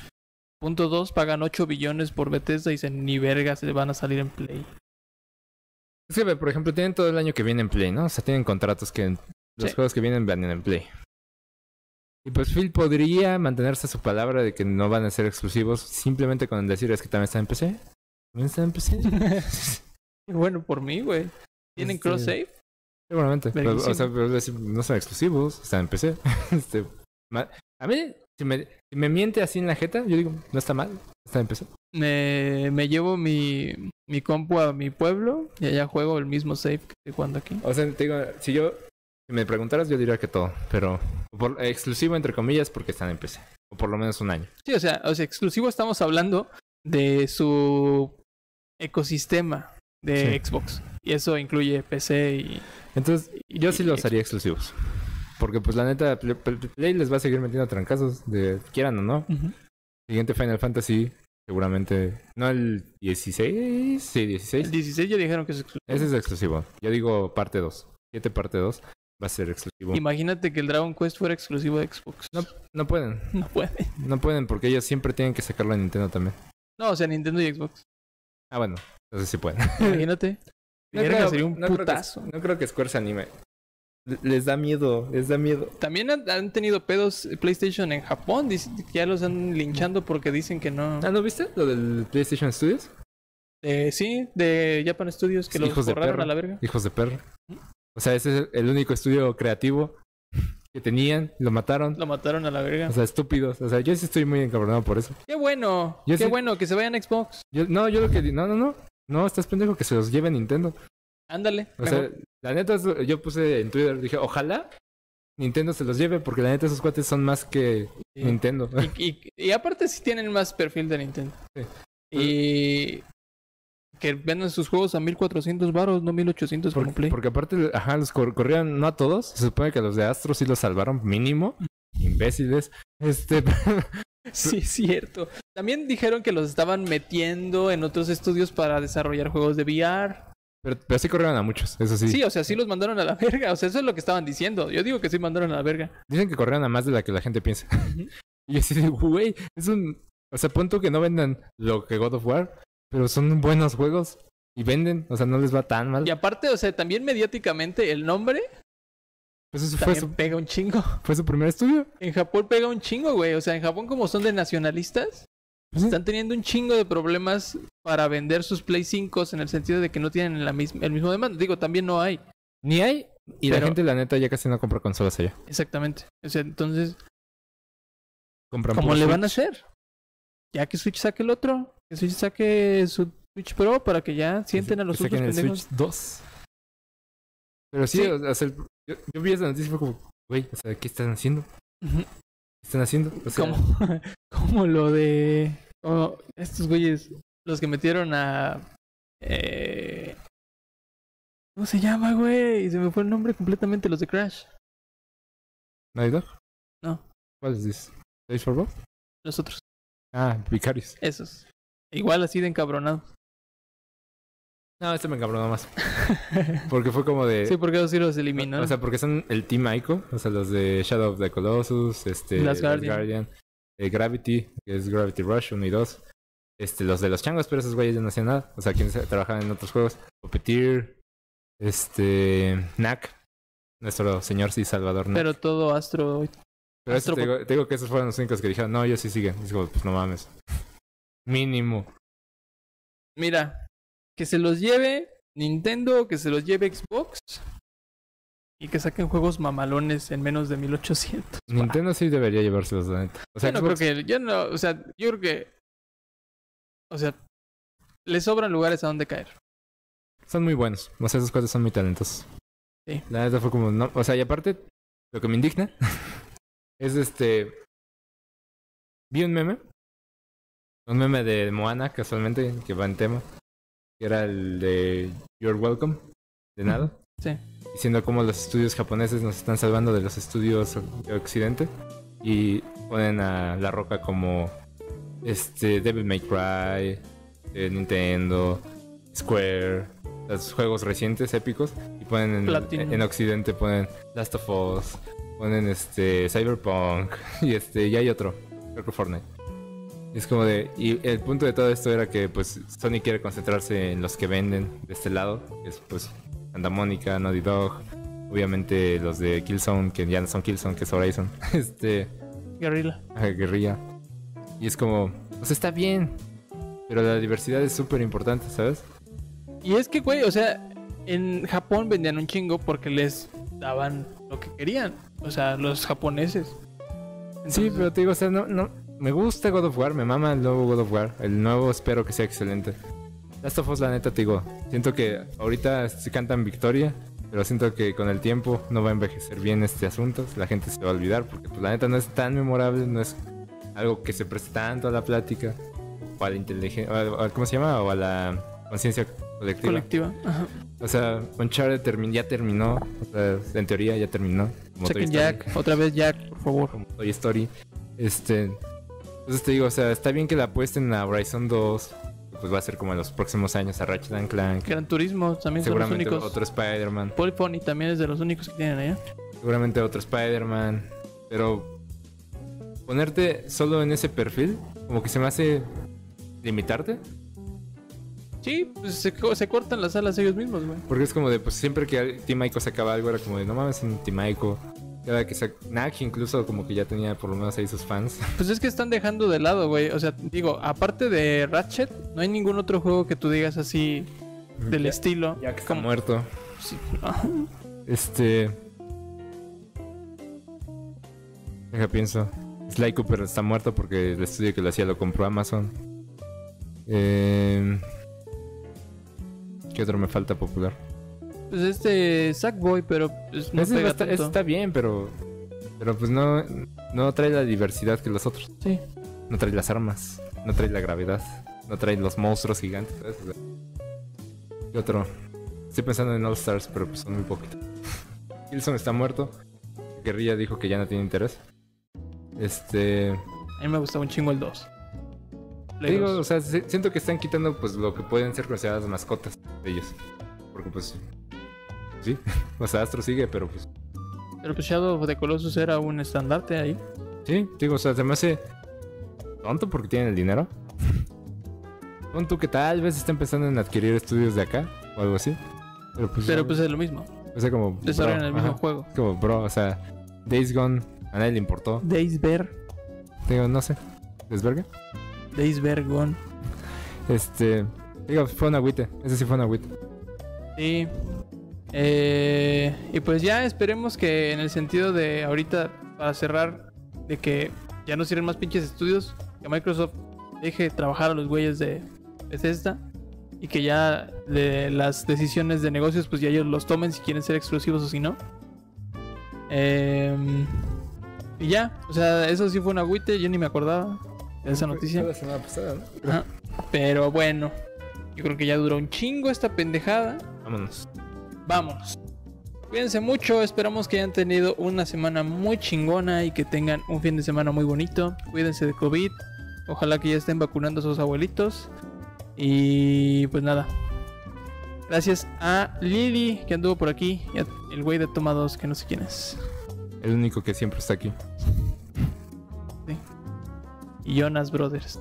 [SPEAKER 1] Punto 2, pagan 8 billones por Bethesda y dicen, "Ni vergas, se van a salir en Play."
[SPEAKER 2] Es que, ve, por ejemplo, tienen todo el año que viene en Play, ¿no? O sea, tienen contratos que los
[SPEAKER 1] Sí.
[SPEAKER 2] juegos que vienen van en Play. Y pues Phil podría mantenerse a su palabra de que no van a ser exclusivos simplemente con decir es que también está en PC. También está en PC.
[SPEAKER 1] Y bueno, por mí, güey. ¿Tienen
[SPEAKER 2] Este,
[SPEAKER 1] cross save?
[SPEAKER 2] Seguramente. Pero, o sea,
[SPEAKER 1] Verguísima.
[SPEAKER 2] pero decir, no son exclusivos, están en PC. Este, ma- a mí, si me, si me miente así en la jeta, yo digo, no está mal, está en PC.
[SPEAKER 1] me, me llevo mi, mi compu a mi pueblo y allá juego el mismo save que cuando aquí.
[SPEAKER 2] O sea, te digo, si yo, si me preguntaras, yo diría que todo, pero por- exclusivo entre comillas porque están en PC. O por lo menos un año.
[SPEAKER 1] Sí, o sea, o sea, exclusivo estamos hablando de su ecosistema de
[SPEAKER 2] Sí.
[SPEAKER 1] Xbox. Y eso incluye PC y...
[SPEAKER 2] Entonces,
[SPEAKER 1] y-
[SPEAKER 2] yo sí
[SPEAKER 1] y
[SPEAKER 2] los haría exclusivos. Porque pues la neta, Play, Play les va a seguir metiendo trancazos, de quieran o no.
[SPEAKER 1] Ujú.
[SPEAKER 2] Siguiente Final Fantasy, seguramente, no el 16, sí,
[SPEAKER 1] El
[SPEAKER 2] 16.
[SPEAKER 1] 16 ya dijeron que es exclusivo.
[SPEAKER 2] Ese es exclusivo. Yo digo parte 2. 7 parte 2 va a ser exclusivo.
[SPEAKER 1] Imagínate que el Dragon Quest fuera exclusivo de Xbox. No,
[SPEAKER 2] No pueden,
[SPEAKER 1] no puede.
[SPEAKER 2] no pueden porque ellos siempre tienen que sacarlo a Nintendo también.
[SPEAKER 1] No, o sea, Nintendo y Xbox.
[SPEAKER 2] Ah, bueno, entonces sí pueden.
[SPEAKER 1] Imagínate. Verga, sería un
[SPEAKER 2] no creo que-
[SPEAKER 1] putazo.
[SPEAKER 2] no creo que Square se anime. L- Les da miedo, les da miedo.
[SPEAKER 1] También han, han tenido pedos PlayStation en Japón. Dicen que ya los han linchando porque dicen que no.
[SPEAKER 2] Ah, ¿no viste lo del PlayStation Studios?
[SPEAKER 1] Eh, sí, de Japan Studios que los
[SPEAKER 2] Hijos de
[SPEAKER 1] borraron
[SPEAKER 2] perra.
[SPEAKER 1] a la verga.
[SPEAKER 2] Hijos de perro. O sea, ese es el único estudio creativo que tenían, lo mataron.
[SPEAKER 1] Lo mataron a la verga.
[SPEAKER 2] O sea, estúpidos. O sea, yo sí estoy muy encabronado por eso.
[SPEAKER 1] ¡Qué bueno!
[SPEAKER 2] Yo
[SPEAKER 1] ¡Qué
[SPEAKER 2] sí-
[SPEAKER 1] bueno que se vayan a Xbox!
[SPEAKER 2] Yo, no, yo lo que... di- No, no, no. No, estás pendejo que se los lleve Nintendo.
[SPEAKER 1] Ándale.
[SPEAKER 2] O sea,
[SPEAKER 1] mejor.
[SPEAKER 2] la neta, es lo- yo puse en Twitter, dije, ojalá Nintendo se los lleve, porque la neta esos cuates son más que
[SPEAKER 1] Sí.
[SPEAKER 2] Nintendo.
[SPEAKER 1] Y, y- y aparte sí tienen más perfil de Nintendo.
[SPEAKER 2] Sí.
[SPEAKER 1] Y... Que venden sus juegos a 1400 varos, no 1800 como
[SPEAKER 2] Porque,
[SPEAKER 1] Play.
[SPEAKER 2] porque aparte, ajá, los cor- corrieron, no a todos. Se supone que los de Astro sí los salvaron, mínimo.
[SPEAKER 1] Mm.
[SPEAKER 2] Imbéciles. Este,
[SPEAKER 1] Sí, es cierto. También dijeron que los estaban metiendo en otros estudios para desarrollar juegos de VR.
[SPEAKER 2] pero, pero sí corrieron a muchos, eso sí.
[SPEAKER 1] Sí, o sea, sí los mandaron a la verga. O sea, eso es lo que estaban diciendo. Yo digo que sí mandaron a la verga.
[SPEAKER 2] Dicen que corrieron a más de la que la gente piensa.
[SPEAKER 1] Ujú.
[SPEAKER 2] y así de, güey, es un... O sea, punto que no vendan lo que God of War, pero son buenos juegos y venden, o sea, no les va tan mal.
[SPEAKER 1] Y aparte, o sea, también mediáticamente el nombre
[SPEAKER 2] Pues eso fue
[SPEAKER 1] también
[SPEAKER 2] su,
[SPEAKER 1] pega un chingo.
[SPEAKER 2] fue su primer estudio.
[SPEAKER 1] En Japón pega un chingo, güey. O sea, en Japón como son de nacionalistas,
[SPEAKER 2] Pues sí.
[SPEAKER 1] están teniendo un chingo de problemas para vender sus Play 5 en el sentido de que no tienen la misma, el mismo demanda. Digo, también no hay.
[SPEAKER 2] Ni hay. Y la
[SPEAKER 1] Pero-
[SPEAKER 2] gente, la neta, ya casi no compra consolas allá.
[SPEAKER 1] Exactamente. O sea, entonces,
[SPEAKER 2] Compran
[SPEAKER 1] ¿cómo
[SPEAKER 2] puro
[SPEAKER 1] le van a
[SPEAKER 2] Switch.
[SPEAKER 1] hacer? Ya que Switch saque el otro, que Switch saque su Switch Pro para que ya sienten a los
[SPEAKER 2] Que
[SPEAKER 1] otros
[SPEAKER 2] saquen el
[SPEAKER 1] pendejos.
[SPEAKER 2] Switch 2. Pero sí,
[SPEAKER 1] Sí.
[SPEAKER 2] o sea, el- yo, yo vi esa noticia y fue como, güey, o sea, ¿qué están haciendo? ¿Qué
[SPEAKER 1] Ujú.
[SPEAKER 2] están haciendo? O sea,
[SPEAKER 1] como, como lo de como estos güeyes, los que metieron a. eh, ¿Cómo se llama, güey? Se me fue el nombre completamente, los de Crash.
[SPEAKER 2] ¿Naughty Dog?
[SPEAKER 1] No.
[SPEAKER 2] ¿Cuál es this? ¿Days for Bob?
[SPEAKER 1] Los otros,
[SPEAKER 2] Ah, Vicarious.
[SPEAKER 1] esos. Igual así de encabronado.
[SPEAKER 2] No, este me encabronó más. Porque fue como de.
[SPEAKER 1] sí, porque esos sí los eliminó.
[SPEAKER 2] o sea, porque son el Team Ico, o sea, los de Shadow of the Colossus, este,
[SPEAKER 1] Last Guardian.
[SPEAKER 2] eh, Gravity, que es Gravity Rush 1 y 2, este, los de los changos, pero esos güeyes ya no hacían nada, o sea, quienes trabajaban en otros juegos, Puppeteer, este, Knack, nuestro señor sí, Salvador Knack.
[SPEAKER 1] pero todo Astro.
[SPEAKER 2] Pero eso
[SPEAKER 1] Astro
[SPEAKER 2] te, digo, te digo que esos fueron los únicos que dijeron, no, ellos sí siguen, es como, pues no mames, mínimo.
[SPEAKER 1] Mira, que se los lleve Nintendo, que se los lleve Xbox. Y que saquen juegos mamalones en menos de 1800.
[SPEAKER 2] Nintendo sí debería llevárselos, la neta. O sea,
[SPEAKER 1] yo no
[SPEAKER 2] Xbox-
[SPEAKER 1] creo que. Yo no. O sea, yo creo que. O sea, le sobran lugares a donde caer.
[SPEAKER 2] son muy buenos. O sea, esos cuates son muy talentosos.
[SPEAKER 1] Sí.
[SPEAKER 2] La neta fue como, no, o sea, y aparte, lo que me indigna es este. Vi un meme. Un meme de Moana, casualmente, que va en tema. Que era el de You're Welcome, de nada.
[SPEAKER 1] Sí.
[SPEAKER 2] Diciendo cómo los estudios japoneses nos están salvando de los estudios de Occidente. Y ponen a La Roca como. Este, Devil May Cry, eh, Nintendo, Square, los juegos recientes épicos y ponen en,
[SPEAKER 1] Platinum.
[SPEAKER 2] en Occidente ponen Last of Us, ponen este Cyberpunk y este y hay otro, creo que Fortnite. Y Es como de y el punto de todo esto era que pues Sony quiere concentrarse en los que venden de este lado, que es pues Santa Mónica, Naughty Dog, obviamente los de Killzone que ya no son Killzone, que es Horizon, este
[SPEAKER 1] Guerrilla.
[SPEAKER 2] a guerrilla. Y es como, pues está bien, pero la diversidad es súper importante, ¿sabes?
[SPEAKER 1] Y es que, güey, o sea, en Japón vendían un chingo porque les daban lo que querían. O sea, los japoneses.
[SPEAKER 2] Sí,
[SPEAKER 1] Entonces,
[SPEAKER 2] pero te digo, o sea, no, no. Me gusta God of War, me mama el nuevo God of War. El nuevo espero que sea excelente. Last of Us, la neta, te digo. Siento que ahorita se cantan victoria, pero siento que con el tiempo no va a envejecer bien este asunto. La gente se va a olvidar, porque pues, la neta no es tan memorable, no es algo que se preste tanto a la plática, o a la inteligencia, ¿cómo se llama? O a la conciencia colectiva.
[SPEAKER 1] Colectiva. Ajá.
[SPEAKER 2] O sea, Uncharted termin- ya terminó, o sea, en teoría ya terminó. como
[SPEAKER 1] Saquen
[SPEAKER 2] Toy Story
[SPEAKER 1] Jack, otra vez Jack, por favor.
[SPEAKER 2] como Toy Story. Este. Entonces te digo, o sea, está bien que la apuesten a Horizon 2. que Pues va a ser como en los próximos años a Ratchet and Clank.
[SPEAKER 1] Gran Turismo también son los
[SPEAKER 2] Seguramente
[SPEAKER 1] únicos.
[SPEAKER 2] otro Spider-Man.
[SPEAKER 1] Polyphony también es de los únicos que tienen allá.
[SPEAKER 2] Seguramente otro Spider-Man. Pero ponerte solo en ese perfil, como que se me hace limitarte.
[SPEAKER 1] Sí, pues se, co- se cortan las alas ellos mismos, güey.
[SPEAKER 2] Porque es como de, pues siempre que Team Ico sacaba algo, era como de, no mames, un Team Ico. Cada que sac... Nak incluso como que ya tenía por lo menos ahí sus fans.
[SPEAKER 1] Pues es que están dejando de lado, güey. O sea, digo, aparte de Ratchet, no hay ningún otro juego que tú digas así del
[SPEAKER 2] Ya-
[SPEAKER 1] estilo.
[SPEAKER 2] ya que Este. está
[SPEAKER 1] Como-
[SPEAKER 2] muerto.
[SPEAKER 1] Sí.
[SPEAKER 2] Este. Deja pienso. Sly Cooper está muerto porque el estudio que lo hacía lo compró Amazon. Eh, ¿Qué otro me falta popular?
[SPEAKER 1] Pues este Sackboy, pero pues, no
[SPEAKER 2] Ese
[SPEAKER 1] pega
[SPEAKER 2] está,
[SPEAKER 1] tanto.
[SPEAKER 2] ese está bien, pero. Pero pues no, no trae la diversidad que los otros.
[SPEAKER 1] Sí.
[SPEAKER 2] No trae las armas. No trae la gravedad. No trae los monstruos gigantes. ¿sabes? O sea, ¿Qué otro? Estoy pensando en All Stars, pero pues son muy poquitos. Wilson está muerto. Guerrilla dijo que ya no tiene interés. Este.
[SPEAKER 1] A mí me gustaba un chingo el 2.
[SPEAKER 2] Te digo, o sea, si- siento que están quitando pues lo que pueden ser consideradas mascotas de ellos. Porque pues sí, o sea, Astro sigue, pero pues
[SPEAKER 1] Pero pues Shadow of the Colossus era un estandarte ahí.
[SPEAKER 2] sí, digo, o sea, se me hace tonto porque tienen el dinero. Tonto que tal vez estén pensando en adquirir estudios de acá o algo así. Pero pues,
[SPEAKER 1] Pero pues es lo mismo.
[SPEAKER 2] o sea, como
[SPEAKER 1] Desarrollan
[SPEAKER 2] bro,
[SPEAKER 1] el mismo
[SPEAKER 2] ajá.
[SPEAKER 1] juego.
[SPEAKER 2] Es como bro, o sea, Days Gone a nadie le importó.
[SPEAKER 1] Days Bear.
[SPEAKER 2] Digo, no sé. ¿Desverga?
[SPEAKER 1] Days Bear Gone.
[SPEAKER 2] Este, digo, fue un agüite. Ese sí fue un agüite.
[SPEAKER 1] Sí. Eh, y pues ya esperemos que en el sentido de ahorita, para cerrar, de que ya no cierren más pinches estudios, que Microsoft deje trabajar a los güeyes de Bethesda y que ya de las decisiones de negocios, pues ya ellos los tomen si quieren ser exclusivos o si no. Em, y ya, o sea, eso sí fue un agüite, yo ni me acordaba de esa noticia.
[SPEAKER 2] Fue la semana pasada, ¿no?
[SPEAKER 1] Ajá. Pero bueno, yo creo que ya duró un chingo esta pendejada.
[SPEAKER 2] Vámonos.
[SPEAKER 1] Vámonos. Cuídense mucho, esperamos que hayan tenido una semana muy chingona y que tengan un fin de semana muy bonito. Cuídense de COVID, ojalá que ya estén vacunando a sus abuelitos. Y pues nada. Gracias a Lili que anduvo por aquí y a el güey de Toma 2 que no sé quién es.
[SPEAKER 2] El único que siempre está aquí.
[SPEAKER 1] Y Jonas Brothers.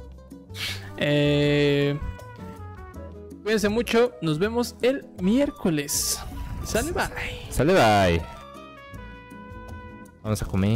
[SPEAKER 1] Eh, cuídense mucho, nos vemos el miércoles. Sale bye.
[SPEAKER 2] Sale, bye. Vamos a comer.